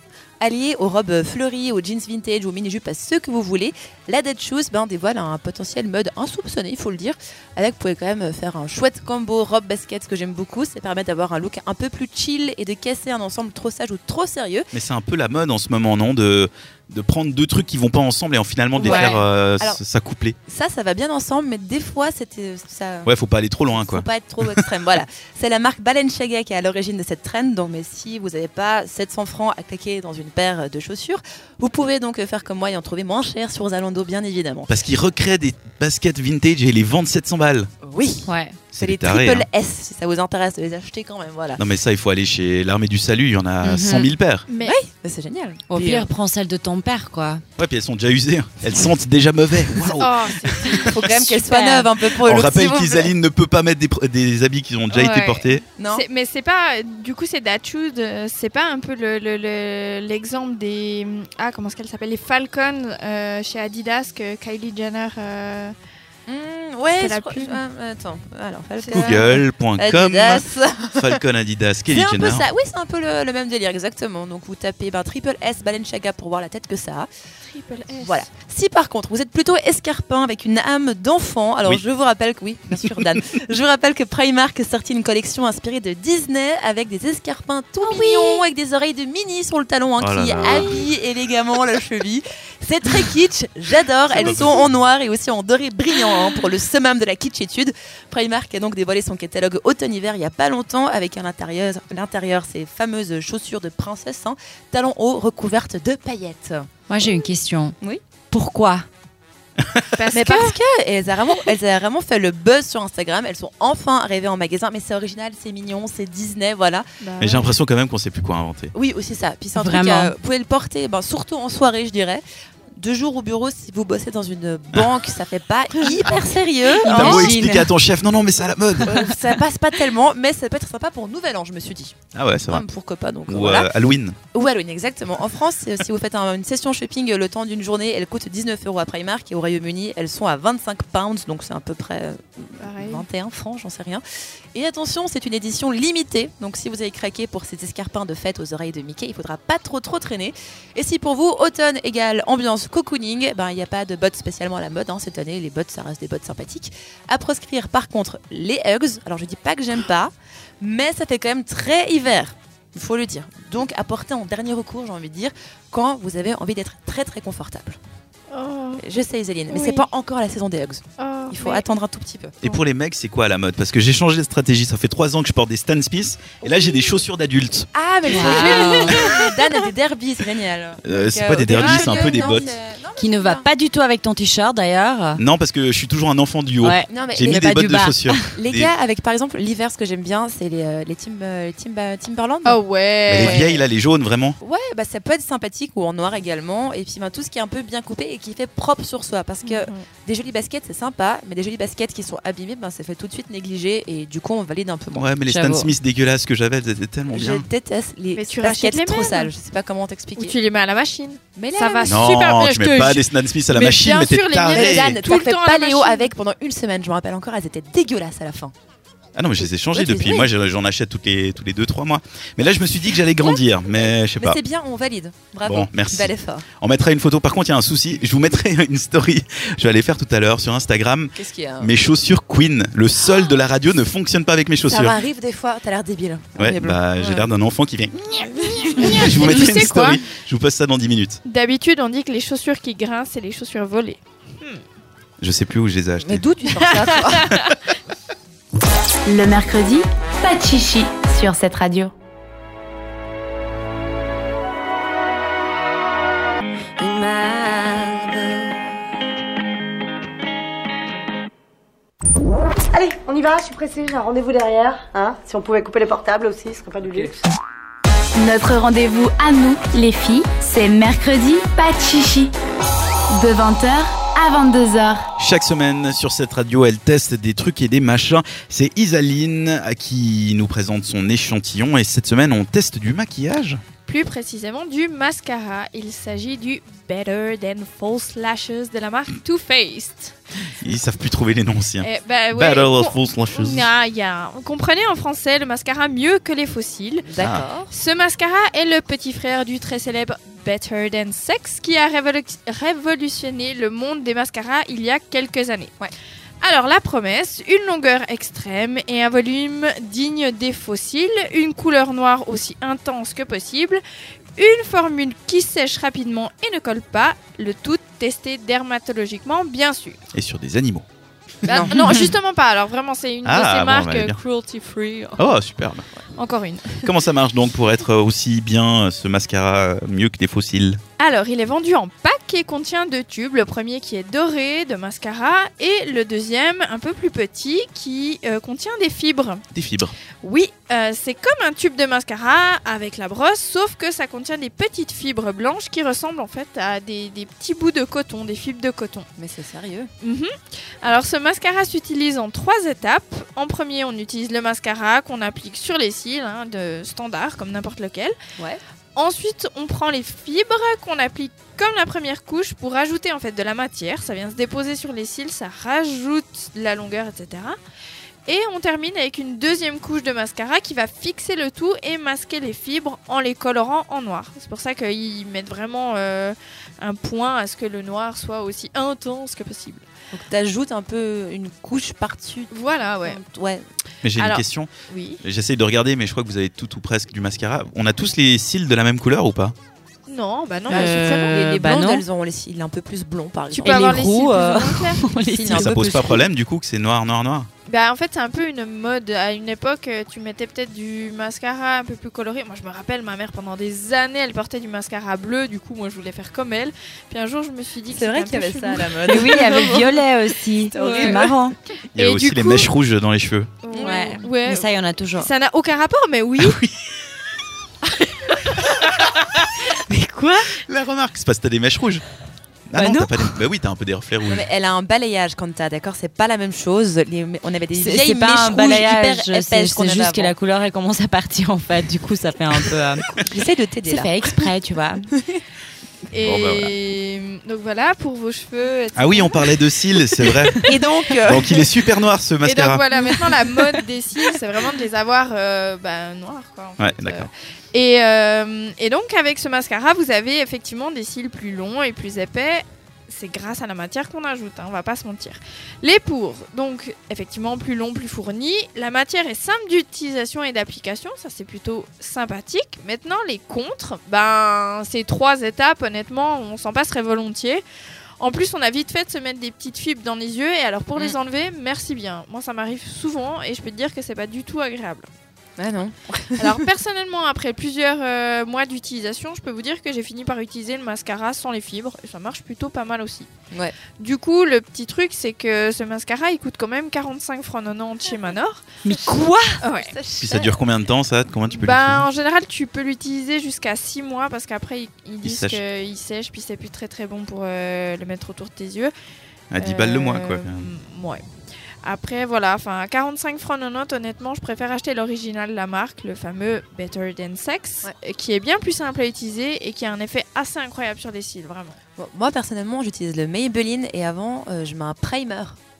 allié aux robes fleuries, aux jeans vintage, aux mini-jupes, à ce que vous voulez, la Dead Shoes ben, dévoile un potentiel mode insoupçonné, il faut le dire. Avec, vous pouvez quand même faire un chouette combo robe-basket, ce que j'aime beaucoup. Ça permet d'avoir un look un peu plus chill et de casser un ensemble trop sage ou trop sérieux. Mais c'est un peu la mode en ce moment, non de, de prendre deux trucs qui vont pas ensemble et en finalement de les Ouais. faire euh, s- Alors- s'accoupler. Ça, ça va bien ensemble, mais des fois, c'était ça. Ouais, faut pas aller trop loin, quoi. Faut pas être trop extrême. voilà. C'est la marque Balenciaga qui est à l'origine de cette trend. Donc, mais si vous n'avez pas 700 francs à claquer dans une paire de chaussures, vous pouvez donc faire comme moi et en trouver moins cher sur Zalando, bien évidemment. Parce qu'ils recréent des baskets vintage et les vendent 700 balles. Oui. Ouais. C'est des les tarés, triple hein. S, si ça vous intéresse de les acheter quand même. Voilà. Non, mais ça, il faut aller chez l'armée du salut, il y en a Mhm. 100 000 paires. Mais Mais C'est génial. Au Puis, pire, prends celle de ton père, quoi. Ouais, puis elles sont déjà usées. hein. Elles sentent déjà mauvais. Waouh. Oh, c'est- euh, faut quand même qu'elle Super. soit neuve un peu pour Oh, le On look, rappelle s'il vous plaît. qu'Isaline ne peut pas mettre des, pr- des habits qui ont déjà été Ouais. portés. Non. c'est- mais c'est pas. Du coup, c'est Dachud. euh, C'est pas un peu le- le- le- l'exemple des. Ah, comment est-ce qu'elle s'appelle Les Falcons euh, chez Adidas que Kylie Jenner. euh, Hmm, ouais. C'est je la crois- pub. ah, attends. Alors, Falcon, Google.com, Adidas. Falcon Adidas, Kelly C'est un peu Jenner. ça. Oui, c'est un peu le, le même délire, exactement. Donc vous tapez ben, triple S Balenciaga pour voir la tête que ça a. Triple S. Voilà. Si par contre vous êtes plutôt escarpin avec une âme d'enfant, alors Oui. je vous rappelle que oui, bien sûr Dan. je vous rappelle que Primark a sorti une collection inspirée de Disney avec des escarpins tout mignons, avec des oreilles de mini sur le talon hein, Oh là qui là. habillent élégamment la cheville. C'est très kitsch, j'adore. Elles pas sont en noir et aussi en doré brillant hein, pour le summum de la kitschitude. Primark a donc dévoilé son catalogue automne-hiver il y a pas longtemps avec à l'intérieur, l'intérieur ces fameuses chaussures de princesse, hein, talons hauts recouvertes de paillettes. Moi, j'ai une question. Oui. Pourquoi Parce Mais que. parce que elles ont, vraiment, elles ont vraiment fait le buzz sur Instagram. Elles sont enfin arrivées en magasin. Mais c'est original, c'est mignon, c'est Disney, voilà. Bah Mais ouais. j'ai l'impression quand même qu'on sait plus quoi inventer. Oui, aussi ça. Puis c'est un truc, Vraiment. euh, vous pouvez le porter, ben, surtout en soirée, je dirais. Deux jours au bureau, si vous bossez dans une banque, ça fait pas hyper sérieux. hein. T'as beau Imagine. expliquer à ton chef, non, non, mais c'est à la mode. Euh, ça passe pas tellement, mais ça peut être sympa pour Nouvel An, je me suis dit. Ah ouais, c'est vrai. Hein, pourquoi pas donc Ou voilà. euh, Halloween. Ou Halloween, exactement. En France, euh, si vous faites un- une session shopping euh, le temps d'une journée, elle coûte 19 euros à Primark et au Royaume-Uni, elles sont à 25 pounds, donc c'est à peu près euh, Pareil. 21 francs, j'en sais rien. Et attention, c'est une édition limitée. Donc si vous avez craqué pour ces escarpins de fête aux oreilles de Mickey, il faudra pas trop trop traîner. Et si pour vous, automne égale ambiance cocooning, ben il n'y a pas de bottes spécialement à la mode hein. cette année. Les bottes, ça reste des bottes sympathiques. À proscrire par contre les hugs. Alors je dis pas que j'aime pas, mais ça fait quand même très hiver. Il faut le dire. Donc à porter en dernier recours, j'ai envie de dire, quand vous avez envie d'être très très confortable. Oh, Je sais Isaline, mais Oui. c'est pas encore la saison des hugs. oh, Il faut mais- attendre un tout petit peu. Et pour les mecs, c'est quoi la mode Parce que j'ai changé de stratégie. Ça fait trois ans que je porte des Stan Smith. Et là, j'ai des chaussures d'adultes. Ah, mais le Wow. Dan a des derbies, c'est génial. Euh, c'est Donc, pas euh, des au derbies, c'est un début, peu des non, bottes. c'est- non, mais Qui ne va c'est pas du tout avec ton t-shirt, d'ailleurs. Non, parce que je suis toujours un enfant du haut. Ouais. bien. Non, mais J'ai les, mis mais des pas bottes du de bas. chaussures. les des- gars, avec par exemple l'hiver, ce que j'aime bien, c'est les, euh, les, Tim- euh, les Tim- euh, Timberland. Oh ouais. Mais les vieilles, là, les jaunes, vraiment. Ouais, bah ça peut être sympathique ou en noir également. Et puis ben, tout ce qui est un peu bien coupé et qui fait propre sur soi. Parce que Mhm. des jolies baskets, c'est sympa, mais des jolies baskets qui sont abîmées, ben, ça fait tout de suite négliger et du coup on valide un peu moins. Ouais, mais les Stan J'avoue. Smith dégueulasses que j'avais, elles étaient tellement Je bien. déteste les Mais tu baskets rachètes les trop mêmes. sales. Je sais pas comment Ou t'expliquer. tu les mets à la machine. Mais Ça va super Non, bien. tu je te mets pas jure. des Stan Smith à la Mais machine, bien mais t'es sûr, les taré. miennes, Dan, Tout t'as le fait temps à pas la Léo machine. avec pendant une semaine, je me rappelle encore, elles étaient dégueulasses à la fin. Ah non, mais je les ai changées Oui, tu- depuis. oui. Moi, je- j'en achète toutes les, tous les deux, trois mois. Mais là, je me suis dit que j'allais grandir. Mais je sais Mais pas. c'est bien, on valide. Bravo. Bon, merci. Bel effort. On mettra une photo. Par contre, il y a un souci. Je vous mettrai une story. Je vais aller faire tout à l'heure sur Instagram. Qu'est-ce qu'il y a Mes chaussures Queen. Le sol de la radio ne fonctionne pas avec mes Ça chaussures. m'arrive des fois, t'as l'air débile. Ouais, Horrible. bah j'ai Ouais. l'air d'un enfant qui vient. je vous mettrai Tu une sais quoi story. Je vous poste ça dans 10 minutes. D'habitude, on dit que les chaussures qui grincent, c'est les chaussures volées. Je sais plus où je les ai Mais achetées. d'où tu sors ça toi Le mercredi, pas de chichi sur cette radio. Allez, on y va, je suis pressée, j'ai un rendez-vous derrière. Hein si on pouvait couper les portables aussi, ce serait pas du luxe. Notre rendez-vous à nous, les filles, c'est mercredi, pas de chichi. De 20h à 22h. Chaque semaine sur cette radio, elle teste des trucs et des machins. C'est Isaline euh, qui nous présente son échantillon et cette semaine on teste du maquillage. Plus précisément du mascara. Il s'agit du Better Than False Lashes de la marque Too Faced. Ils savent plus trouver les noms anciens. Eh ben, ouais, Battle of com- False Lashes. Ah, y a- Comprenez en français le mascara mieux que les fossiles. D'accord. Ce mascara est le petit frère du très célèbre Better Than Sex qui a révolu- révolutionné le monde des mascaras il y a quelques années. Alors la promesse, une longueur extrême et un volume digne des fossiles, une couleur noire aussi intense que possible, une formule qui sèche rapidement et ne colle pas, le tout testé dermatologiquement bien sûr. Et sur des animaux. Bah, non. justement pas, alors vraiment c'est une Ah, de ces bon, marques bah, bien. euh, cruelty free. Oh, superbe. Encore une. Comment ça marche donc pour être aussi bien euh, ce mascara euh, mieux que des fossiles Alors, il est vendu en pack et contient deux tubes. Le premier qui est doré, de mascara, et le deuxième, un peu plus petit, qui euh, contient des fibres. Des fibres. Oui, euh, c'est comme un tube de mascara avec la brosse, sauf que ça contient des petites fibres blanches qui ressemblent en fait à des, des petits bouts de coton, des fibres de coton. Mais c'est sérieux. Mhm. Alors, ce mascara s'utilise en trois étapes. En premier, on utilise le mascara qu'on applique sur les cils, hein, de standard, comme n'importe lequel. Ouais. Ensuite, on prend les fibres qu'on applique comme la première couche pour ajouter en fait de la matière. Ça vient se déposer sur les cils, ça rajoute de la longueur, etc. Et on termine avec une deuxième couche de mascara qui va fixer le tout et masquer les fibres en les colorant en noir. C'est pour ça qu'ils mettent vraiment euh, un point à ce que le noir soit aussi intense que possible. Donc t'ajoutes un peu une couche par-dessus. Voilà, ouais. Ouais. Mais j'ai une Alors- question. Oui. J'essaye de regarder, mais je crois que vous avez tout ou presque du mascara. On a tous les cils de la même couleur ou pas Non, bah non, Bah, mais Euh, c'est les, les bah blondes, non. elles ont les cils un peu plus blonds, par Tu exemple. peux les avoir les roux, cils plus euh, ou moins clairs. On les Si, tient. un Mais ça peu pose plus pas roux. problème du coup que c'est noir, noir, noir. Bah en fait c'est un peu une mode. À une époque euh, tu mettais peut-être du mascara un peu plus coloré. Moi je me rappelle ma mère pendant des années elle portait du mascara bleu. Du coup moi je voulais faire comme elle. Puis un jour je me suis dit que C'est vrai c'était qu'il un y peu avait ça à chelou. la mode. Mais oui, il y avait violet aussi. horrible. C'est Euh, marrant. Il y a Et aussi du les coup- mèches rouges dans les cheveux. Ouais. Ouais. ouais. Mais ça, il y en a toujours. Ça n'a aucun rapport mais oui. Mais quoi La remarque, c'est parce que t'as des mèches rouges. Ah Bah non, non. t'as pas des... Bah oui, t'as un peu des reflets rouges. Non, mais elle a un balayage quand t'as, d'accord C'est pas la même chose. Les- on avait des C'est vieilles c'est mèches pas un rouges balayage, hyper c'est épaisses qu'on c'est avait juste que la avant. couleur elle commence à partir en fait. Du coup, ça fait un peu. euh, J'essaie de t'aider c'est là. fait exprès, tu vois. Et Bon, bah, donc voilà pour vos cheveux. etc. Ah oui, on parlait de cils, c'est vrai. Et donc, euh, Donc il est super noir ce Et donc mascara. voilà maintenant la mode des cils c'est vraiment de les avoir euh, bah, noirs quoi. en Ouais, fait. d'accord. Et, euh, et donc avec ce mascara, vous avez effectivement des cils plus longs et plus épais. C'est grâce à la matière qu'on ajoute, hein, on va pas se mentir. Les pour, donc effectivement plus longs, plus fournis. La matière est simple d'utilisation et d'application, ça c'est plutôt sympathique. Maintenant les contre, ben ces trois étapes honnêtement, on s'en passerait volontiers. En plus, on a vite fait de se mettre des petites fibres dans les yeux et alors Mm. pour les enlever, merci bien. Moi, ça m'arrive souvent et je peux te dire que c'est pas du tout agréable. Ah non. Alors personnellement, après plusieurs euh, mois d'utilisation, je peux vous dire que j'ai fini par utiliser le mascara sans les fibres et ça marche plutôt pas mal aussi. Ouais. Du coup, le petit truc, c'est que ce mascara, il coûte quand même 45 francs 90 chez Manor. Mais quoi Ouais. Puis ça dure combien de temps ça Comment tu peux Ben, en général, tu peux l'utiliser jusqu'à 6 mois parce qu'après, ils, ils disent sèche. qu'il sèche, puis c'est plus très très bon pour euh, le mettre autour de tes yeux. l'utiliser À 10 balles le mois quoi. Euh, ouais. Après, voilà, enfin, à 45 francs 90, honnêtement, je préfère acheter l'original de la marque, le fameux Better Than Sex, euh, qui est bien plus simple à utiliser et qui a un effet assez incroyable sur les cils, vraiment. Bon, moi, personnellement, j'utilise le Maybelline et avant, euh, je mets un primer.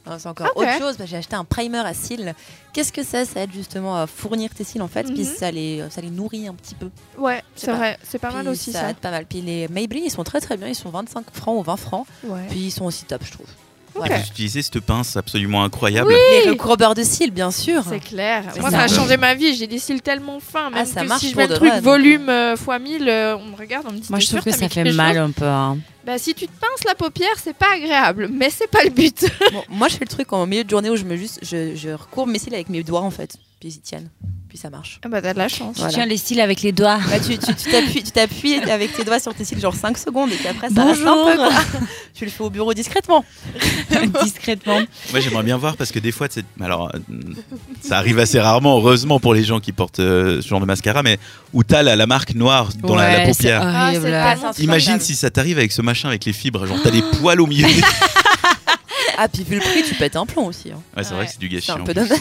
Hein, c'est encore Ok. autre chose, parce que j'ai acheté un primer à cils. Qu'est-ce que c'est Ça aide justement à fournir tes cils en fait, puis Mhm. ça les, euh, ça les nourrit un petit peu. Ouais, c'est c'est pas- vrai, c'est pas Puis mal aussi Ça ça. aide pas mal. Puis les Maybelline, ils sont très très bien, ils sont 25 francs ou 20 francs. Ouais. Puis ils sont aussi top, je trouve. Ok. Voilà. J'ai utilisé cette pince absolument incroyable. Les recourbeurs de cils, bien sûr. C'est clair. C'est Moi, ça. ça a changé ma vie. J'ai des cils tellement fins. Même Ah, ça que marche si je pour mets le de truc vrai, donc. volume euh, x 1000, euh, on me regarde, on me dit Moi, T'es je trouve sûre, que t'as ça mis fait quelque mal chose un peu. hein. Bah, si tu te pinces la paupière, c'est pas agréable, mais c'est pas le but. Bon, moi, je fais le truc en milieu de journée où je me juste, je, je recourbe mes cils avec mes doigts en fait. puis ils y tiennent, puis ça marche. Ah bah t'as de la chance. Voilà. Tu tiens les styles avec les doigts. Bah, tu tu- tu t'appuies tu t'appuies avec tes doigts sur tes cils genre 5 secondes et puis après ça Bonjour. reste un peu quoi. tu le fais au bureau discrètement. discrètement. Moi, j'aimerais bien voir parce que des fois, tu sais, alors, euh, ça arrive assez rarement, heureusement pour les gens qui portent euh, ce genre de mascara, mais où t'as la, la marque noire dans la- la, Ouais, c'est paupière. horrible. Ah, c'est pas- Imagine si ça t'arrive avec ce machin, avec les fibres, genre t'as des poils au milieu. Ah puis vu le prix tu pètes un plomb aussi. hein. Ouais, c'est vrai que c'est du gâchis. C'est un en peu plus. dommage.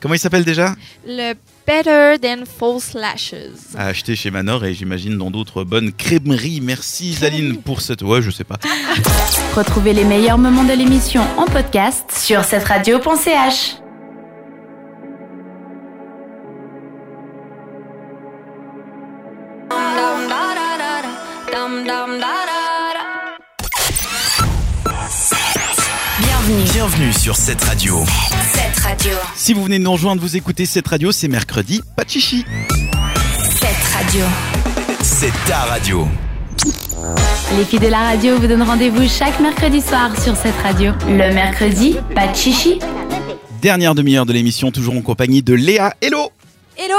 Comment il s'appelle déjà Le Better Than False Lashes. À acheter chez Manor et j'imagine dans d'autres bonnes crèmeries. Merci Zaline pour cette. Ouais, je sais pas. Retrouvez les meilleurs moments de l'émission en podcast sur cette radio.ch. Bienvenue. Bienvenue sur cette radio. Cette radio. Si vous venez de nous rejoindre, vous écoutez cette radio, c'est mercredi, pas de chichi. Cette radio. C'est ta radio. Les filles de la radio vous donnent rendez-vous chaque mercredi soir sur cette radio. Le mercredi, pas de chichi. Dernière demi-heure de l'émission, toujours en compagnie de Léa. Hello Hello.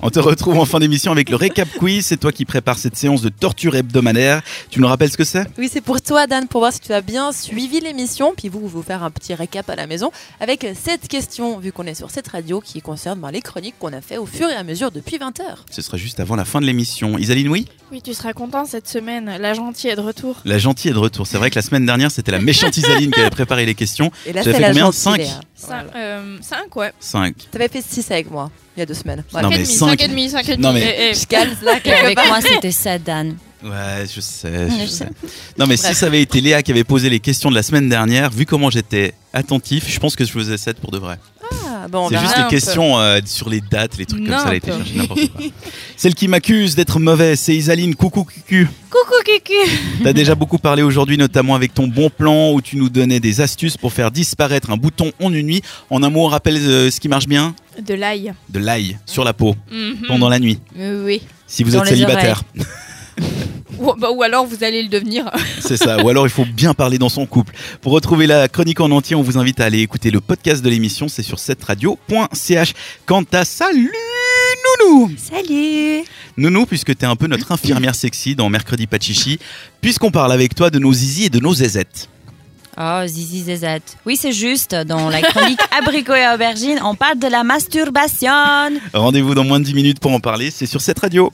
On te retrouve en fin d'émission avec le récap quiz. C'est toi qui prépares cette séance de torture hebdomadaire. Tu nous rappelles ce que c'est Oui, c'est pour toi, Dan, pour voir si tu as bien suivi l'émission. Puis vous, vous faire un petit récap à la maison avec cette question, vu qu'on est sur cette radio qui concerne ben, les chroniques qu'on a fait au fur et à mesure depuis 20 heures. Ce sera juste avant la fin de l'émission. Isaline, oui Oui, tu seras content cette semaine. La gentille est de retour. La gentille est de retour. C'est vrai que la semaine dernière, c'était la méchante Isaline qui avait préparé les questions. Et là, Tu as c'est fait la combien gentille. Cinq Léa. Voilà. 5, euh, cinq, ouais. 5. T'avais fait 6 avec moi il y a deux semaines. Voilà. Non, mais 5 et cinq. demi, 5 et demi. Non, Eh, eh, Je calme là quelque Avec part. moi, c'était ça, Dan. Ouais, je sais, je Je sais. Non, mais si Bref. ça avait été Léa qui avait posé les questions de la semaine dernière, vu comment j'étais attentif, je pense que je faisais 7 pour de vrai. Ah, bon, on C'est verra juste un les peu. questions euh, sur les dates, les trucs comme ça, elle a été N'importe. chercher n'importe quoi. Celle qui m'accuse d'être mauvais, c'est Isaline. Coucou, cucu. Coucou, Kiki. T'as déjà beaucoup parlé aujourd'hui, notamment avec ton bon plan où tu nous donnais des astuces pour faire disparaître un bouton en une nuit. En un mot, on rappelle euh, ce qui marche bien De l'ail. de l'ail sur la peau Mhm. pendant la nuit. Euh, Oui. Si vous Dans êtes les célibataire, Ou, bah, ou alors vous allez le devenir. c'est ça. Ou alors il faut bien parler dans son couple. Pour retrouver la chronique en entier, on vous invite à aller écouter le podcast de l'émission. C'est sur cette radio.ch. Quant à salut Nounou Salut Nounou, puisque t'es un peu notre infirmière sexy dans Mercredi Pachichi, puisqu'on parle avec toi de nos zizi et de nos zézettes. Oh, Zizi Zezette. Oui, c'est juste. Dans la chronique Abricot et Aubergine, on parle de la masturbation. Rendez-vous dans moins de 10 minutes pour en parler. C'est sur cette radio.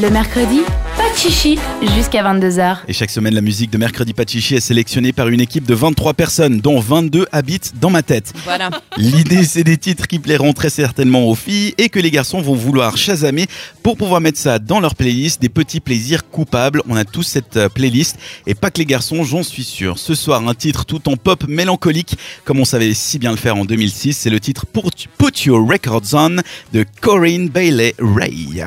Le mercredi, pas de chichi jusqu'à 22h. Et chaque semaine, la musique de Mercredi Pachichi est sélectionnée par une équipe de 23 personnes, dont 22 habitent dans ma tête. Voilà. L'idée, c'est des titres qui plairont très certainement aux filles et que les garçons vont vouloir chasamer pour pouvoir mettre ça dans leur playlist, des petits plaisirs coupables. On a tous cette euh, playlist et pas que les garçons, j'en suis sûr. Ce soir, un titre tout en pop mélancolique, comme on savait si bien le faire en 2006, c'est le titre Put Put Your Records On de Corinne Bailey Ray.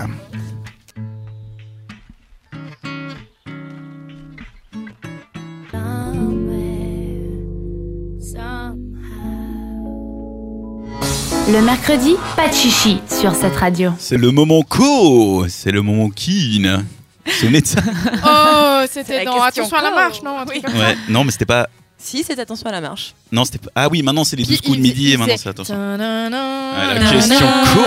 Le mercredi, pas de chichi sur cette radio. C'est le moment co, c'est le moment keen. Souvenez de ça Oh, la c'était dans question. Attention à la Oh. marche, non un truc comme ça. Ouais, non, mais c'était pas. Si, c'est attention à la marche. Non, c'était pas. Ah oui, maintenant c'est les 12 Qui- coups de il- midi et il maintenant faisait- c'est attention. Ta-na-na, Bah, Ouais, la na-na. question co.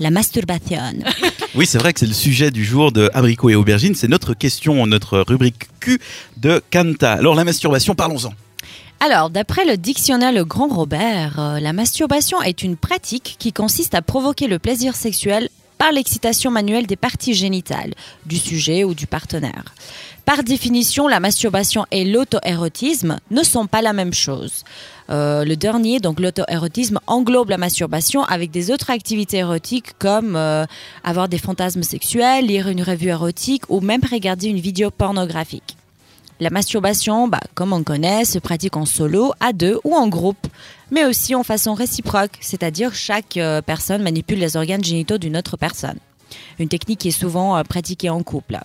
La masturbation. Oui, c'est vrai que c'est le sujet du jour de Abricot et Aubergine. C'est notre question, notre rubrique Q de Kanta. Alors, la masturbation, parlons-en. Alors, d'après le dictionnaire Le Grand Robert, euh, la masturbation est une pratique qui consiste à provoquer le plaisir sexuel par l'excitation manuelle des parties génitales, du sujet ou du partenaire. Par définition, la masturbation et l'auto-érotisme ne sont pas la même chose. Euh, le dernier, donc l'auto-érotisme, englobe la masturbation avec des autres activités érotiques comme euh, avoir des fantasmes sexuels, lire une revue érotique ou même regarder une vidéo pornographique. La masturbation, bah, comme on connaît, se pratique en solo, à deux ou en groupe, mais aussi en façon réciproque, c'est-à-dire chaque euh, personne manipule les organes génitaux d'une autre personne. Une technique qui est souvent euh, pratiquée en couple.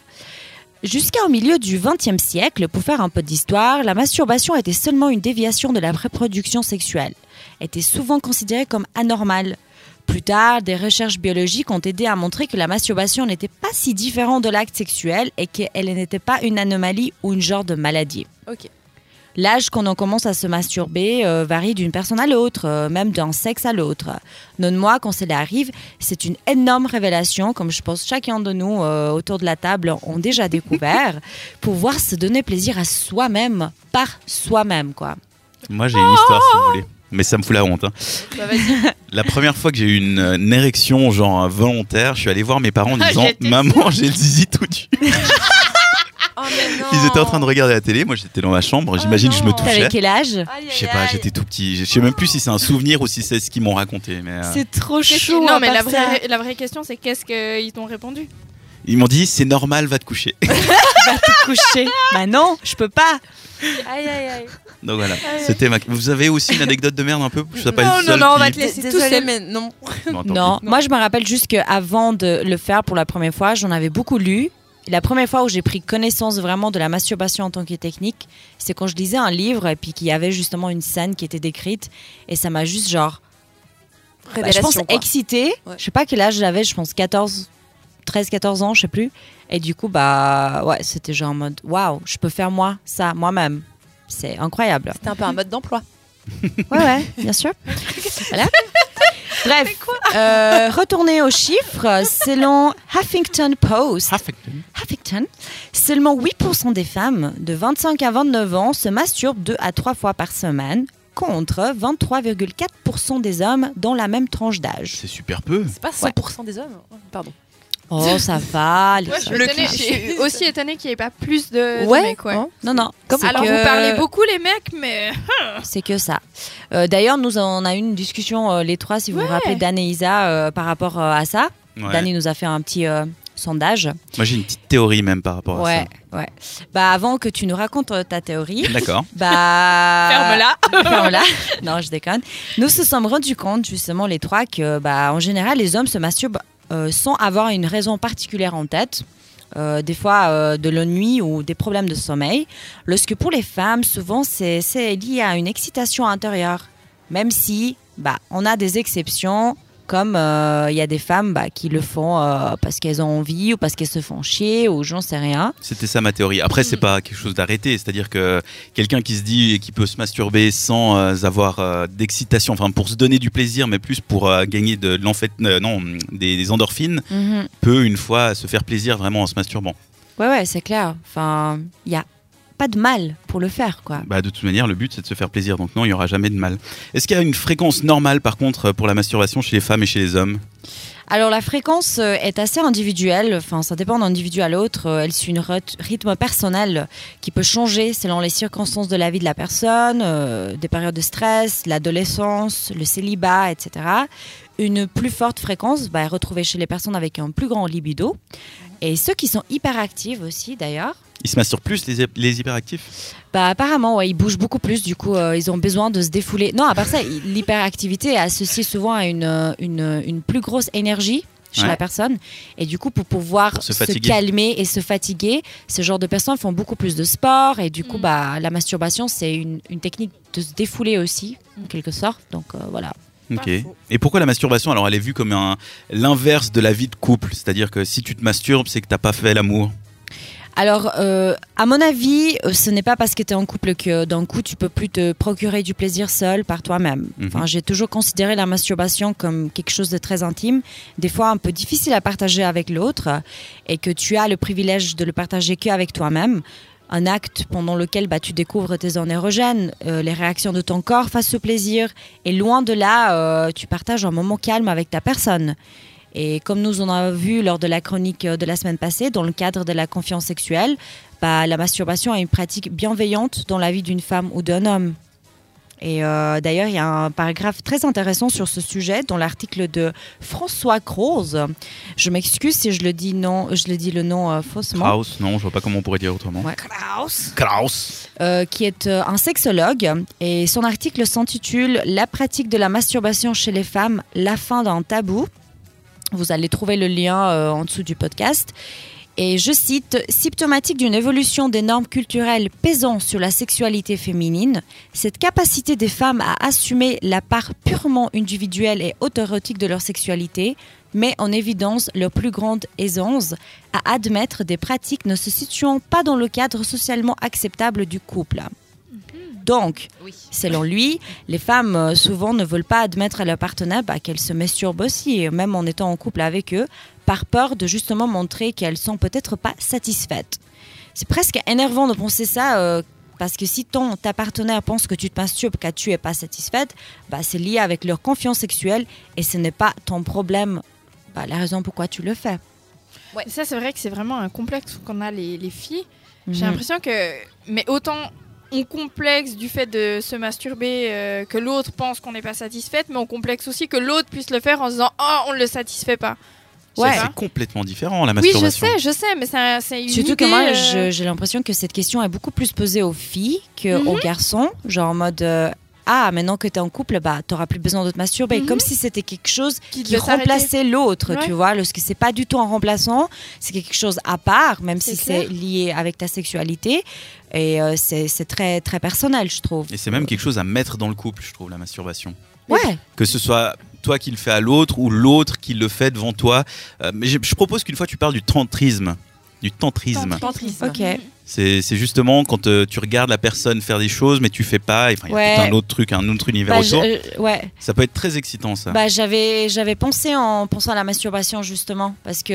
Jusqu'au milieu du XXe siècle, pour faire un peu d'histoire, la masturbation était seulement une déviation de la reproduction sexuelle, était souvent considérée comme anormale. Plus tard, des recherches biologiques ont aidé à montrer que la masturbation n'était pas si différente de l'acte sexuel et qu'elle n'était pas une anomalie ou une genre de maladie. Ok. L'âge qu'on en commence à se masturber euh, varie d'une personne à l'autre, euh, même d'un sexe à l'autre. Note-moi, quand cela arrive, c'est une énorme révélation, comme je pense chacun de nous euh, autour de la table ont déjà découvert, pouvoir se donner plaisir à soi-même, par soi-même, quoi. Moi, j'ai une histoire, si vous voulez. Mais ça me fout la honte. hein. La première fois que j'ai eu une, euh, une érection, genre euh, volontaire, je suis allé voir mes parents en Ah, disant j'étais Maman, j'ai le zizi tout nu. Oh, mais non. Ils étaient en train de regarder la télé. Moi, j'étais dans ma chambre. J'imagine que je me Ah non. touchais. T'avais quel âge Aïe, aïe, Je sais pas, aïe. j'étais tout petit. Je sais même plus si c'est un souvenir ou si c'est ce qu'ils m'ont raconté. Mais euh, C'est trop Qu'est-ce que- chaud. non, à mais la part ça. vraie, la vraie question, c'est qu'est-ce qu'ils t'ont répondu ils m'ont dit c'est normal, va te coucher. Va te coucher. bah non, je peux pas. Aïe, aïe, aille. Donc voilà. C'était ma. Vous avez aussi une anecdote de merde un peu Je sais pas Ah Non, une non, seule non, on va qui- te laisser tout Désolée, seul. mais non. Non, tant Non, moi je me rappelle juste qu'avant de le faire pour la première fois, j'en avais beaucoup lu. Et La première fois où j'ai pris connaissance vraiment de la masturbation en tant que technique, c'est quand je lisais un livre et puis qu'il y avait justement une scène qui était décrite et ça m'a juste genre, bah, je pense, Révélation, quoi. excité. Ouais. Je sais pas quel âge j'avais, je pense 14, 13, 14 ans, je sais plus. Et du coup, bah ouais, c'était genre en mode, waouh, je peux faire moi, ça, moi-même. C'est incroyable. C'était un peu un mode d'emploi. Ouais, ouais, bien sûr. Voilà. Bref, euh, retourner aux chiffres, selon Huffington Post, Huffington, seulement 8% des femmes de 25 à 29 ans se masturbent 2 à 3 fois par semaine, contre 23,4% des hommes dans la même tranche d'âge. C'est super peu. C'est pas 100% des hommes. Pardon. Oh, ça va. les Ouais, je suis hommes. étonnée- je suis aussi étonnée qu'il n'y ait pas plus de, de Ouais, mecs. Ouais. hein, non, non. Comme Alors, que- vous parlez beaucoup, les mecs, mais. C'est que ça. Euh, D'ailleurs, nous on a eu une discussion, euh, les trois, si vous vous rappelez, Dan et Isa, euh, par rapport euh, à ça. Ouais. Dani nous a fait un petit euh, sondage. Moi, j'ai une petite théorie même par rapport à ouais, ouais. Bah avant que tu nous racontes euh, ta théorie, ça. D'accord. bah Ferme-la. ferme-la. Non, je déconne. Nous se sommes rendus compte justement les trois que bah en général les hommes se masturbent euh, sans avoir une raison particulière en tête. Euh, des fois euh, de l'ennui ou des problèmes de sommeil. Lorsque pour les femmes, souvent c'est c'est lié à une excitation intérieure. Même si bah, on a des exceptions, comme euh, il y a des femmes bah, qui le font euh, parce qu'elles ont envie ou parce qu'elles se font chier ou j'en sais rien. C'était ça ma théorie. Après, c'est pas quelque chose d'arrêté. C'est-à-dire que quelqu'un qui se dit et qui peut se masturber sans euh, avoir euh, d'excitation, enfin pour se donner du plaisir, mais plus pour euh, gagner de, de l'enfait, euh, non, des, des endorphines, peut une fois se faire plaisir vraiment en se masturbant. Ouais, ouais, c'est clair. Enfin, il n'y a pas de mal pour le faire, Ah. quoi. Bah, de toute manière, le but c'est de se faire plaisir. Donc non, il y aura jamais de mal. Est-ce qu'il y a une fréquence normale par contre pour la masturbation chez les femmes et chez les hommes Alors, la fréquence euh, est assez individuelle. Enfin, ça dépend d'un individu à l'autre. Euh, Elle suit un rythme personnel qui peut changer selon les circonstances de la vie de la personne, euh, des périodes de stress, l'adolescence, le célibat, etc. Une plus forte fréquence bah, est retrouvée chez les personnes avec un plus grand libido. Et ceux qui sont hyperactifs aussi, d'ailleurs. Ils se masturbent plus les, les hyperactifs Bah apparemment, ouais, ils bougent beaucoup plus, du coup, euh, ils ont besoin de se défouler. Non, à part ça, il- l'hyperactivité est associée souvent à une, euh, une, une plus grosse énergie chez Ouais. la personne. Et du coup, pour pouvoir Pour se se, fatiguer. calmer et se fatiguer, ce genre de personnes font beaucoup plus de sport. Et du coup, bah, la masturbation, c'est une, une technique de se défouler aussi, en quelque sorte. Donc euh, voilà. Ok. Pas faux. Et pourquoi la masturbation Alors elle est vue comme un- l'inverse de la vie de couple. C'est-à-dire que si tu te masturbes, c'est que t'as pas fait l'amour. Alors, euh, à mon avis, euh, ce n'est pas parce que tu es en couple que euh, d'un coup tu peux plus te procurer du plaisir seul par toi-même. Mhm. Enfin, j'ai toujours considéré la masturbation comme quelque chose de très intime, des fois un peu difficile à partager avec l'autre, et que tu as le privilège de le partager qu'avec toi-même. Un acte pendant lequel bah, tu découvres tes onérogènes, euh, les réactions de ton corps face au plaisir, et loin de là, euh, tu partages un moment calme avec ta personne. Et comme nous en avons vu lors de la chronique euh, de la semaine passée, dans le cadre de la confiance sexuelle, bah, la masturbation est une pratique bienveillante dans la vie d'une femme ou d'un homme. Et euh, d'ailleurs, il y a un paragraphe très intéressant sur ce sujet dans l'article de François Croze. Je m'excuse si je le dis non, je le dis le nom euh, faussement. Kraus, non, je vois pas comment on pourrait dire autrement. Ouais. Kraus. euh, qui est euh, un sexologue et son article s'intitule La pratique de la masturbation chez les femmes, la fin d'un tabou. Vous allez trouver le lien euh, en dessous du podcast. Et je cite, symptomatique d'une évolution des normes culturelles pesant sur la sexualité féminine, cette capacité des femmes à assumer la part purement individuelle et autorotique de leur sexualité met en évidence leur plus grande aisance à admettre des pratiques ne se situant pas dans le cadre socialement acceptable du couple. Donc, selon lui, les femmes euh, souvent ne veulent pas admettre à leur partenaire bah, qu'elles se masturbent aussi, et même en étant en couple avec eux, par peur de justement montrer qu'elles sont peut-être pas satisfaites. C'est presque énervant de penser ça. euh, parce que si ton, ta partenaire pense que tu te masturbes car tu es pas satisfaite, bah, c'est lié avec leur confiance sexuelle et ce n'est pas ton problème, bah, la raison pourquoi tu le fais. Et Ça, c'est vrai que c'est vraiment un complexe qu'on a les, les filles. J'ai Mhm. l'impression que. Mais autant on complexe du fait de se masturber, euh, que l'autre pense qu'on n'est pas satisfaite, mais on complexe aussi que l'autre puisse le faire en se disant Oh, on ne le satisfait pas. Je sais Ça, pas. C'est complètement différent, la Oui, je masturbation. sais, je sais, mais c'est un- c'est une. Surtout que idée, moi, euh, je- j'ai l'impression que cette question est beaucoup plus posée aux filles qu'aux Mhm. garçons. Genre en mode euh, Ah, maintenant que t'es en couple, bah, t'auras plus besoin de te masturber. Mhm. Comme si c'était quelque chose Qui qui, devait s'arrêter. remplaçait l'autre, Ouais. tu vois. Parce que c'est pas du tout en remplaçant, c'est quelque chose à part, même C'est si clair. c'est lié avec ta sexualité. Et euh, c'est c'est très, très personnel, je trouve. Et c'est même quelque chose à mettre dans le couple, je trouve, la masturbation. Ouais. Que ce soit toi qui le fais à l'autre ou l'autre qui le fait devant toi. Euh, mais je, je propose qu'une fois tu parles du tantrisme. Du tantrisme. Tantrisme. Ok. C'est c'est justement quand euh, tu regardes la personne faire des choses, mais tu fais pas. et Enfin, il y a Ouais. tout un autre truc, un autre univers Bah, autour. je- euh, ouais. Ça peut être très excitant, ça. Bah, j'avais j'avais pensé en pensant à la masturbation, justement. Parce que.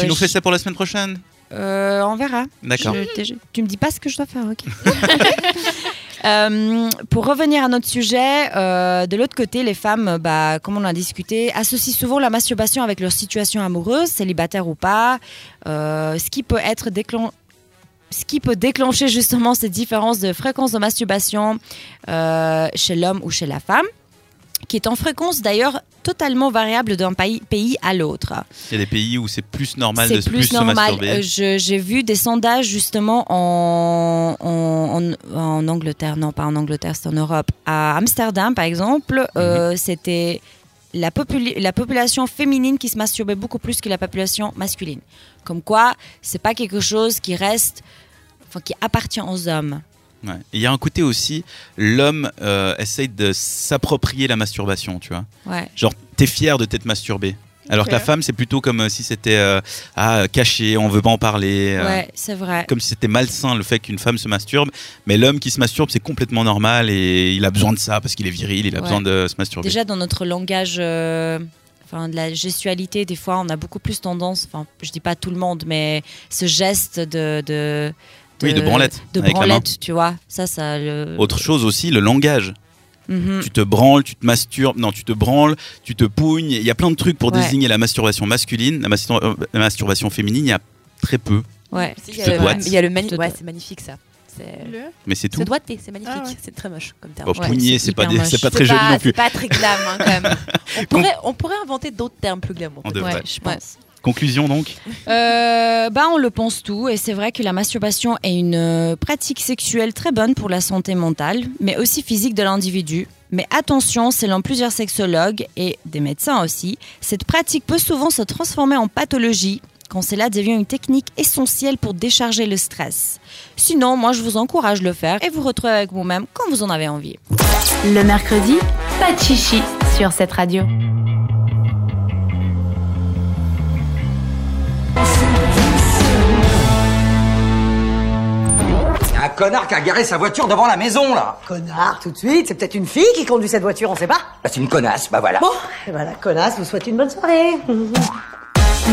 tu nous euh, je- fais ça pour la semaine prochaine Euh, on verra. D'accord. Je- t'es- je- tu me dis pas ce que je dois faire, ok. Euh, pour revenir à notre sujet, euh, de l'autre côté, les femmes, euh, bah, comme on en a discuté, associent souvent la masturbation avec leur situation amoureuse, célibataire ou pas, euh, ce qui peut être déclen- Ce qui peut déclencher justement cette différence de fréquence de masturbation euh, chez l'homme ou chez la femme, qui est en fréquence d'ailleurs totalement variable d'un pays, pays à l'autre. Il y a des pays où c'est plus normal de C'est se- plus plus, se normal. masturber. Euh, je- J'ai vu des sondages justement en, en, en- en Angleterre, non pas en Angleterre, c'est en Europe. À Amsterdam par exemple, Mhm. euh, c'était la, populi- la population féminine qui se masturbait beaucoup plus que la population masculine. Comme quoi, c'est pas quelque chose qui reste, enfin qui appartient aux hommes. Ouais. Et Il y a un côté aussi, l'homme euh, essaye de s'approprier la masturbation, tu vois. Ouais. Genre, t'es fier de t'être masturbé. Alors Ok. que la femme, c'est plutôt comme euh, si c'était euh, ah, caché, on veut pas en parler. euh, Ouais, c'est vrai. Comme si c'était malsain le fait qu'une femme se masturbe. Mais l'homme qui se masturbe, c'est complètement normal et il a besoin de ça parce qu'il est viril, il a Ouais. besoin de se masturber. Déjà dans notre langage, euh, enfin de la gestualité, des fois on a beaucoup plus tendance, enfin je dis pas tout le monde, mais ce geste de, de, oui, de branlette. de avec la main. branlette, tu vois, ça, ça le. Autre chose aussi, le langage. Mm. Mhm. Tu te branles, tu te masturbes, non, tu te branles, tu te pougnes. Il y a plein de trucs pour Ouais. désigner la masturbation masculine, la, mastur- euh, la masturbation féminine, il y a très peu. Ouais. Si, Tu il y te a le- doites. il y a le mani- Tu te Ouais, doites. c'est magnifique ça. C'est Le... Mais c'est se tout. doigter, c'est magnifique. Ah ouais. C'est très moche comme terme. Bon, Ouais, poigner, c'est c'est pas, hyper des- c'est moche. pas très C'est joli non plus. C'est pas très glam hein, quand même. On pourrait, on pourrait inventer d'autres termes plus glamour. On peut-être. devrait. Ouais, je pense. Conclusion donc Euh, bah, on le pense tout, et c'est vrai que la masturbation est une euh, pratique sexuelle très bonne pour la santé mentale, mais aussi physique de l'individu. Mais attention, selon plusieurs sexologues et des médecins aussi, cette pratique peut souvent se transformer en pathologie quand cela devient une technique essentielle pour décharger le stress. Sinon, moi je vous encourage à le faire et vous retrouvez avec vous-même quand vous en avez envie. Le mercredi, pas de chichi sur cette radio. Y a un connard qui a garé sa voiture devant la maison, là Connard, tout de suite, c'est peut-être une fille qui conduit cette voiture, on sait pas. Bah, c'est une connasse, bah voilà. Bon, Eh et ben la connasse vous souhaite une bonne soirée. Mhm.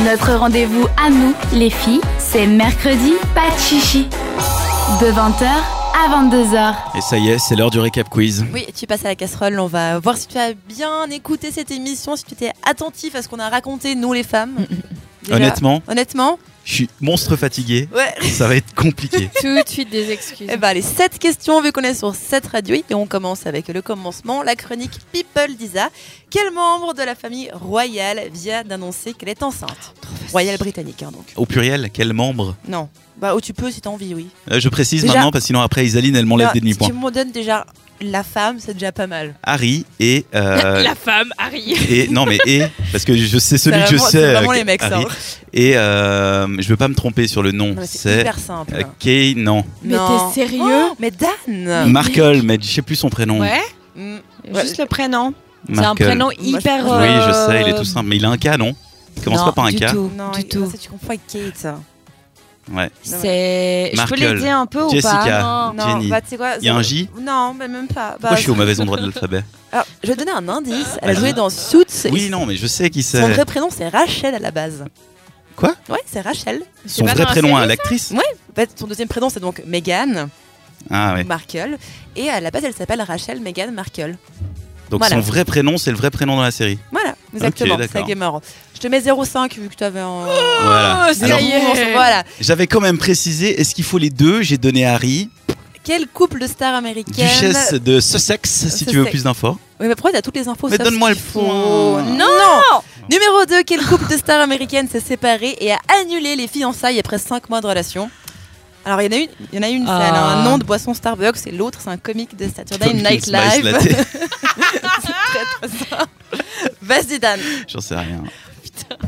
Notre rendez-vous à nous, les filles, c'est mercredi, pas de chichi. De 20h à 22h. Et ça y est, c'est l'heure du récap quiz. Oui, tu passes à la casserole. On va voir si tu as bien écouté cette émission, si tu étais attentif à ce qu'on a raconté, nous les femmes. Déjà, Honnêtement, Honnêtement je suis monstre fatigué, Ouais. ça va être compliqué. Tout de suite des excuses. Eh ben, les 7 questions, vu qu'on est sur 7 radios, et on commence avec le commencement, la chronique People d'Isa. Quel membre de la famille royale vient d'annoncer qu'elle est enceinte Royale britannique, hein, donc. Au pluriel, quel membre Non. Bah, oh, tu peux si t'as envie, oui. Euh, Je précise Déjà- maintenant parce que sinon après Isaline, elle m'enlève Là, des si tu demi-points. me donnes déjà la femme, c'est déjà pas mal. Harry et... euh, La femme arrive. et non mais et parce que je sais celui C'est que je vraiment- sais c'est vraiment euh, les mecs, ça. hein. Harry. et euh, je veux pas me tromper sur le nom Non, mais C'est c'est hyper simple. euh, Kay non Mais Non. Oh, t'es sérieux Mais Dan Markle mais je sais plus son prénom Mm. Juste le prénom. C'est un Markle. prénom je hyper. pense- oui je euh, sais il est tout simple mais il a un K non il commence non, pas par un du K Tout, Non, du il- ah, tout. ça, tu confonds avec Kate. Ouais. C'est. Je peux Markle, l'aider un peu ou pas Jessica, Non, non, Jenny. bah, tu sais quoi Il y a un J Non, mais même pas. Bah, Moi, je suis au mauvais endroit de l'alphabet. Alors, je vais donner un indice. Elle a Vas-y. joué dans Suits. Oui, non, mais je sais qui Son c'est. vrai prénom, c'est Rachel à la base. Quoi Ouais, c'est Rachel. C'est Son pas vrai dans la prénom à série, l'actrice En fait, son deuxième prénom, c'est donc Meghan Ah Bah, ouais. Markle. Et à la base, elle s'appelle Rachel Meghan Markle. Donc Voilà. son vrai prénom, c'est le vrai prénom dans la série. Voilà, exactement. d'accord. Ah c'est Gamer. Je te mets 0,5 vu que tu avais un. Voilà. ça Alors, y est. Bon, Voilà. j'avais quand même précisé, est-ce qu'il faut les deux J'ai donné Harry, Quel couple de stars américaines duchesse de Sussex, si tu veux Sussex. plus d'infos. Oui, mais pourquoi t'as toutes les infos Mais sauf ce donne-moi qu'il le faut point. Non, Numéro 2, quel couple de stars américaines s'est séparé et a annulé les fiançailles après 5 mois de relation Alors, il y en a une, il y en a une c'est elle a Ah. un nom de boisson Starbucks et l'autre, c'est un comique de Saturday Pumpkin Night Spice Live. Latte. Très, très simple. Vas-y, Dan. J'en sais rien.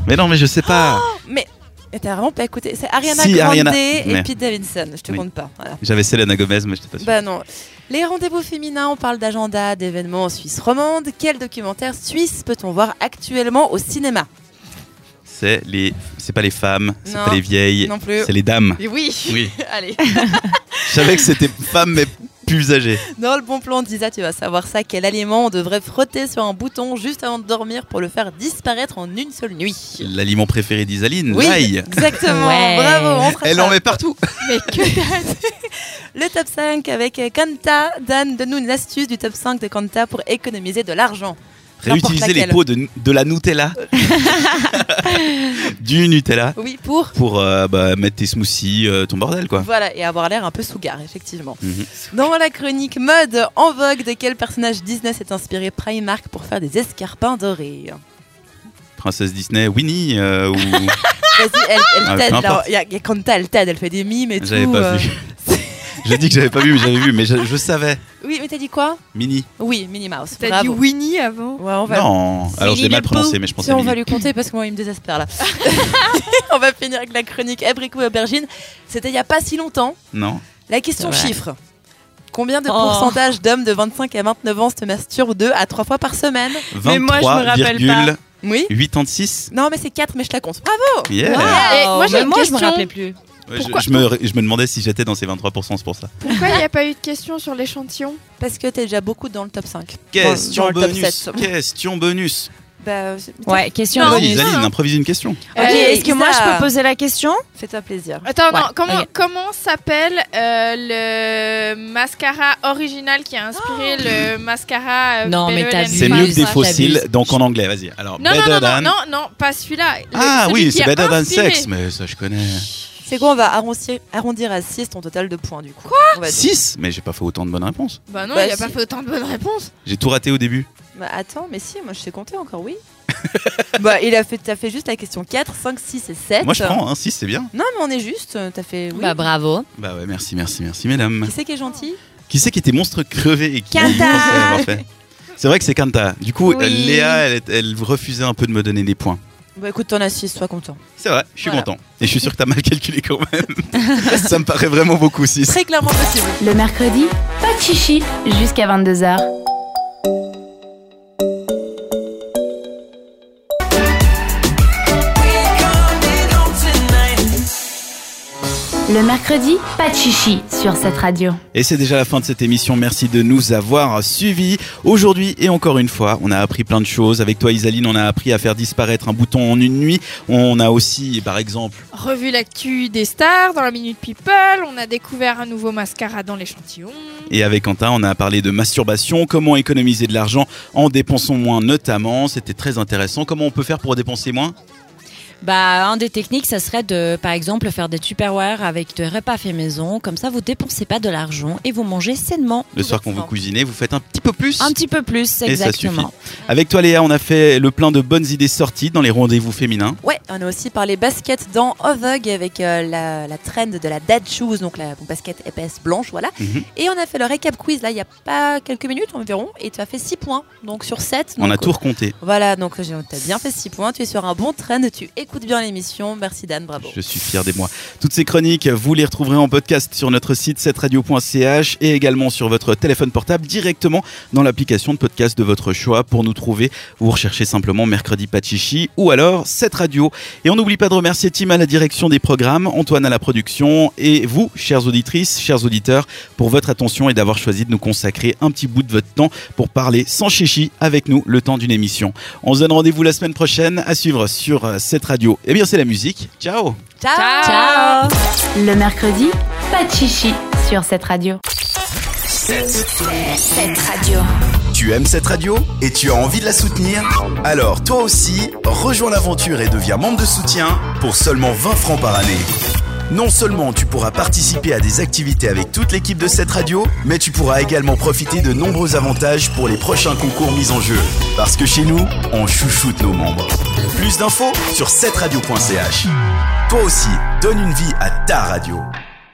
Mais non, mais je sais pas. Mais mais t'as vraiment pas écouté. C'est Ariana Si, Grande Ariana- et Merde. Pete Davidson. Je te Oui. compte pas. Voilà. J'avais Selena Gomez, mais je sais pas sûr. Bah non. Les rendez-vous féminins, on parle d'agenda, d'événements en Suisse romande. Quel documentaire suisse peut-on voir actuellement au cinéma C'est les, c'est pas les femmes, c'est Non. pas les vieilles, Non plus. c'est les dames. Et oui. Oui. Allez. Je savais que c'était femmes mais plus âgées. Dans le bon plan d'Isa, tu vas savoir ça. Quel aliment on devrait frotter sur un bouton juste avant de dormir pour le faire disparaître en une seule nuit L'aliment préféré d'Isaline, l'ail. exactement. Ouais. Bravo. on fera Elle ça. en met partout. Mais que dalle. Le top 5 avec Kanta. Dan, donne-nous une astuce du top 5 de Kanta pour économiser de l'argent. N'importe Réutiliser les laquelle. pots de, de la Nutella, du Nutella, Oui, pour. pour euh, bah, mettre tes smoothies, euh, ton bordel quoi. Voilà, et avoir l'air un peu sougar, effectivement. Mhm. Dans la chronique mode en vogue, de quel personnage Disney s'est inspiré Primark pour faire des escarpins dorés Princesse Disney, Winnie euh, ou Vas-y, elle, elle Ah, t'aide. peu là. importe. Il y a- il y a Kanta, elle t'aide, elle fait des mimes et j'avais tout. pas euh. vu. J'ai dit que j'avais pas vu, mais j'avais vu, mais je, je savais. Oui, mais t'as dit quoi Mini. Oui, Minnie Mouse. T'as bravo. dit Winnie avant. Ouais, on va Non. Alors je l'ai Céline mal Lepo. prononcé, mais je pensais. Tiens, on va Mini. lui compter parce que moi, il me désespère là. on va finir avec la chronique abricot et aubergine. C'était il n'y a pas si longtemps. Non. La question Ouais. chiffre. Combien de Oh. pourcentage d'hommes de 25 à 29 ans se masturbent 2 à 3 fois par semaine Mais moi, je me rappelle pas. 23,86. Oui Non, mais c'est 4, mais je la compte. Bravo Yeah. Et moi, j'ai Mais une Eh, moi, je me question. rappelais plus. Ouais, je, je me, je me demandais si j'étais dans ces 23%, c'est pour ça. Pourquoi il n'y a pas eu de question sur l'échantillon Parce que t'es déjà beaucoup dans le top 5. Question dans, dans le top bonus. 7. Question bonus. Bah, euh, c'est- Ouais, question. Non, Vas-y, bonus. bonus. Isaline, non. improvise une question. Euh, Ok, Eh, est-ce que Isa. moi je peux poser la question Fais-toi plaisir. Attends, non, Ouais, comment, ok. comment s'appelle euh, le mascara original qui a inspiré Oh. le mascara euh, Non, mais Bello t'as and vu. C'est Pas Fabulous mieux que des ça, fossiles, t'abuses. donc en anglais, vas-y. Alors, Non, non, better non, non, than. non, non, pas celui-là. Le- Ah celui oui, qui c'est a better than inspiré. sex, mais ça je connais. C'est quoi On va arrondir, arrondir à 6 ton total de points du coup. On va dire. 6 Mais j'ai pas fait autant de bonnes réponses. Bah non, Bah, il a si. pas fait autant de bonnes réponses. J'ai tout raté au début. Bah attends, mais si, moi je sais compter encore, oui. bah il a fait, t'as fait juste la question 4, 5, 6 et 7. Moi je prends, hein, 6 c'est bien. Non mais on est juste, euh, t'as fait oui. Bah bravo. Bah ouais, merci, merci, merci mesdames. qui c'est qui est gentil Qui c'est qui était monstre crevé et qui Kanta pensait l'avoir fait C'est vrai que c'est Kanta. Du coup, Oui. Léa, elle, elle refusait un peu de me donner des points. Bah écoute, t'en as 6, sois content. C'est vrai, je suis Voilà. content. Et je suis sûr que t'as mal calculé quand même. ça me paraît vraiment beaucoup 6. Très clairement possible. Le mercredi, pas de chichi jusqu'à 22h. Le mercredi, pas de chichi sur cette radio. Et c'est déjà la fin de cette émission. Merci de nous avoir suivis. Aujourd'hui et encore une fois, on a appris plein de choses. Avec toi, Isaline, on a appris à faire disparaître un bouton en une nuit. On a aussi, par exemple, Revue l'actu des stars dans la Minute People. On a découvert un nouveau mascara dans l'échantillon. et avec Quentin, on a parlé de masturbation, comment économiser de l'argent en dépensant moins notamment. C'était très intéressant. Comment on peut faire pour dépenser moins Bah, un des techniques, ça serait de, par exemple, faire des Tupperware avec des repas faits maison. Comme ça, vous dépensez pas de l'argent et vous mangez sainement. Le soir qu'on vous cuisinez, vous faites un petit peu plus. Un petit peu plus, Et ça exactement. Avec toi, Léa, on a fait le plein de bonnes idées sorties dans les rendez-vous féminins. Ouais, on a aussi parlé basket dans Ovog avec euh, la, la trend de la dad shoes, donc la basket épaisse blanche, voilà. Mhm. Et on a fait le récap quiz là il y a pas quelques minutes environ, et tu as fait 6 points, donc euh, sur 7. On a tout recompté. Voilà, donc j'ai- t'as bien fait 6 points, tu es sur un bon train, tu écoutes bien l'émission. Merci Dan, bravo. Je suis fier des moi. Toutes ces chroniques, vous les retrouverez en podcast sur notre site setradio.ch et également sur votre téléphone portable directement dans l'application de podcast de votre choix. Pour nous trouver, vous recherchez simplement Mercredi Pachichi ou alors 7 Radio. Et on n'oublie pas de remercier Tim à la direction des programmes, Antoine à la production et vous, chères auditrices, chers auditeurs, pour votre attention et d'avoir choisi de nous consacrer un petit bout de votre temps pour parler sans chichi avec nous le temps d'une émission. On se donne rendez-vous la semaine prochaine à suivre sur euh, cette radio. Eh bien, c'est la musique. Ciao Ciao. Ciao. Le mercredi, pas de chichi sur cette radio. Cette radio. Tu aimes cette radio et tu as envie de la soutenir Alors toi aussi, rejoins l'aventure et deviens membre de soutien pour seulement 20 francs par année. Non seulement tu pourras participer à des activités avec toute l'équipe de cette radio, mais tu pourras également profiter de nombreux avantages pour les prochains concours mis en jeu. Parce que chez nous, on chouchoute nos membres. Plus d'infos sur cette radio.ch. Toi aussi, donne une vie à ta radio.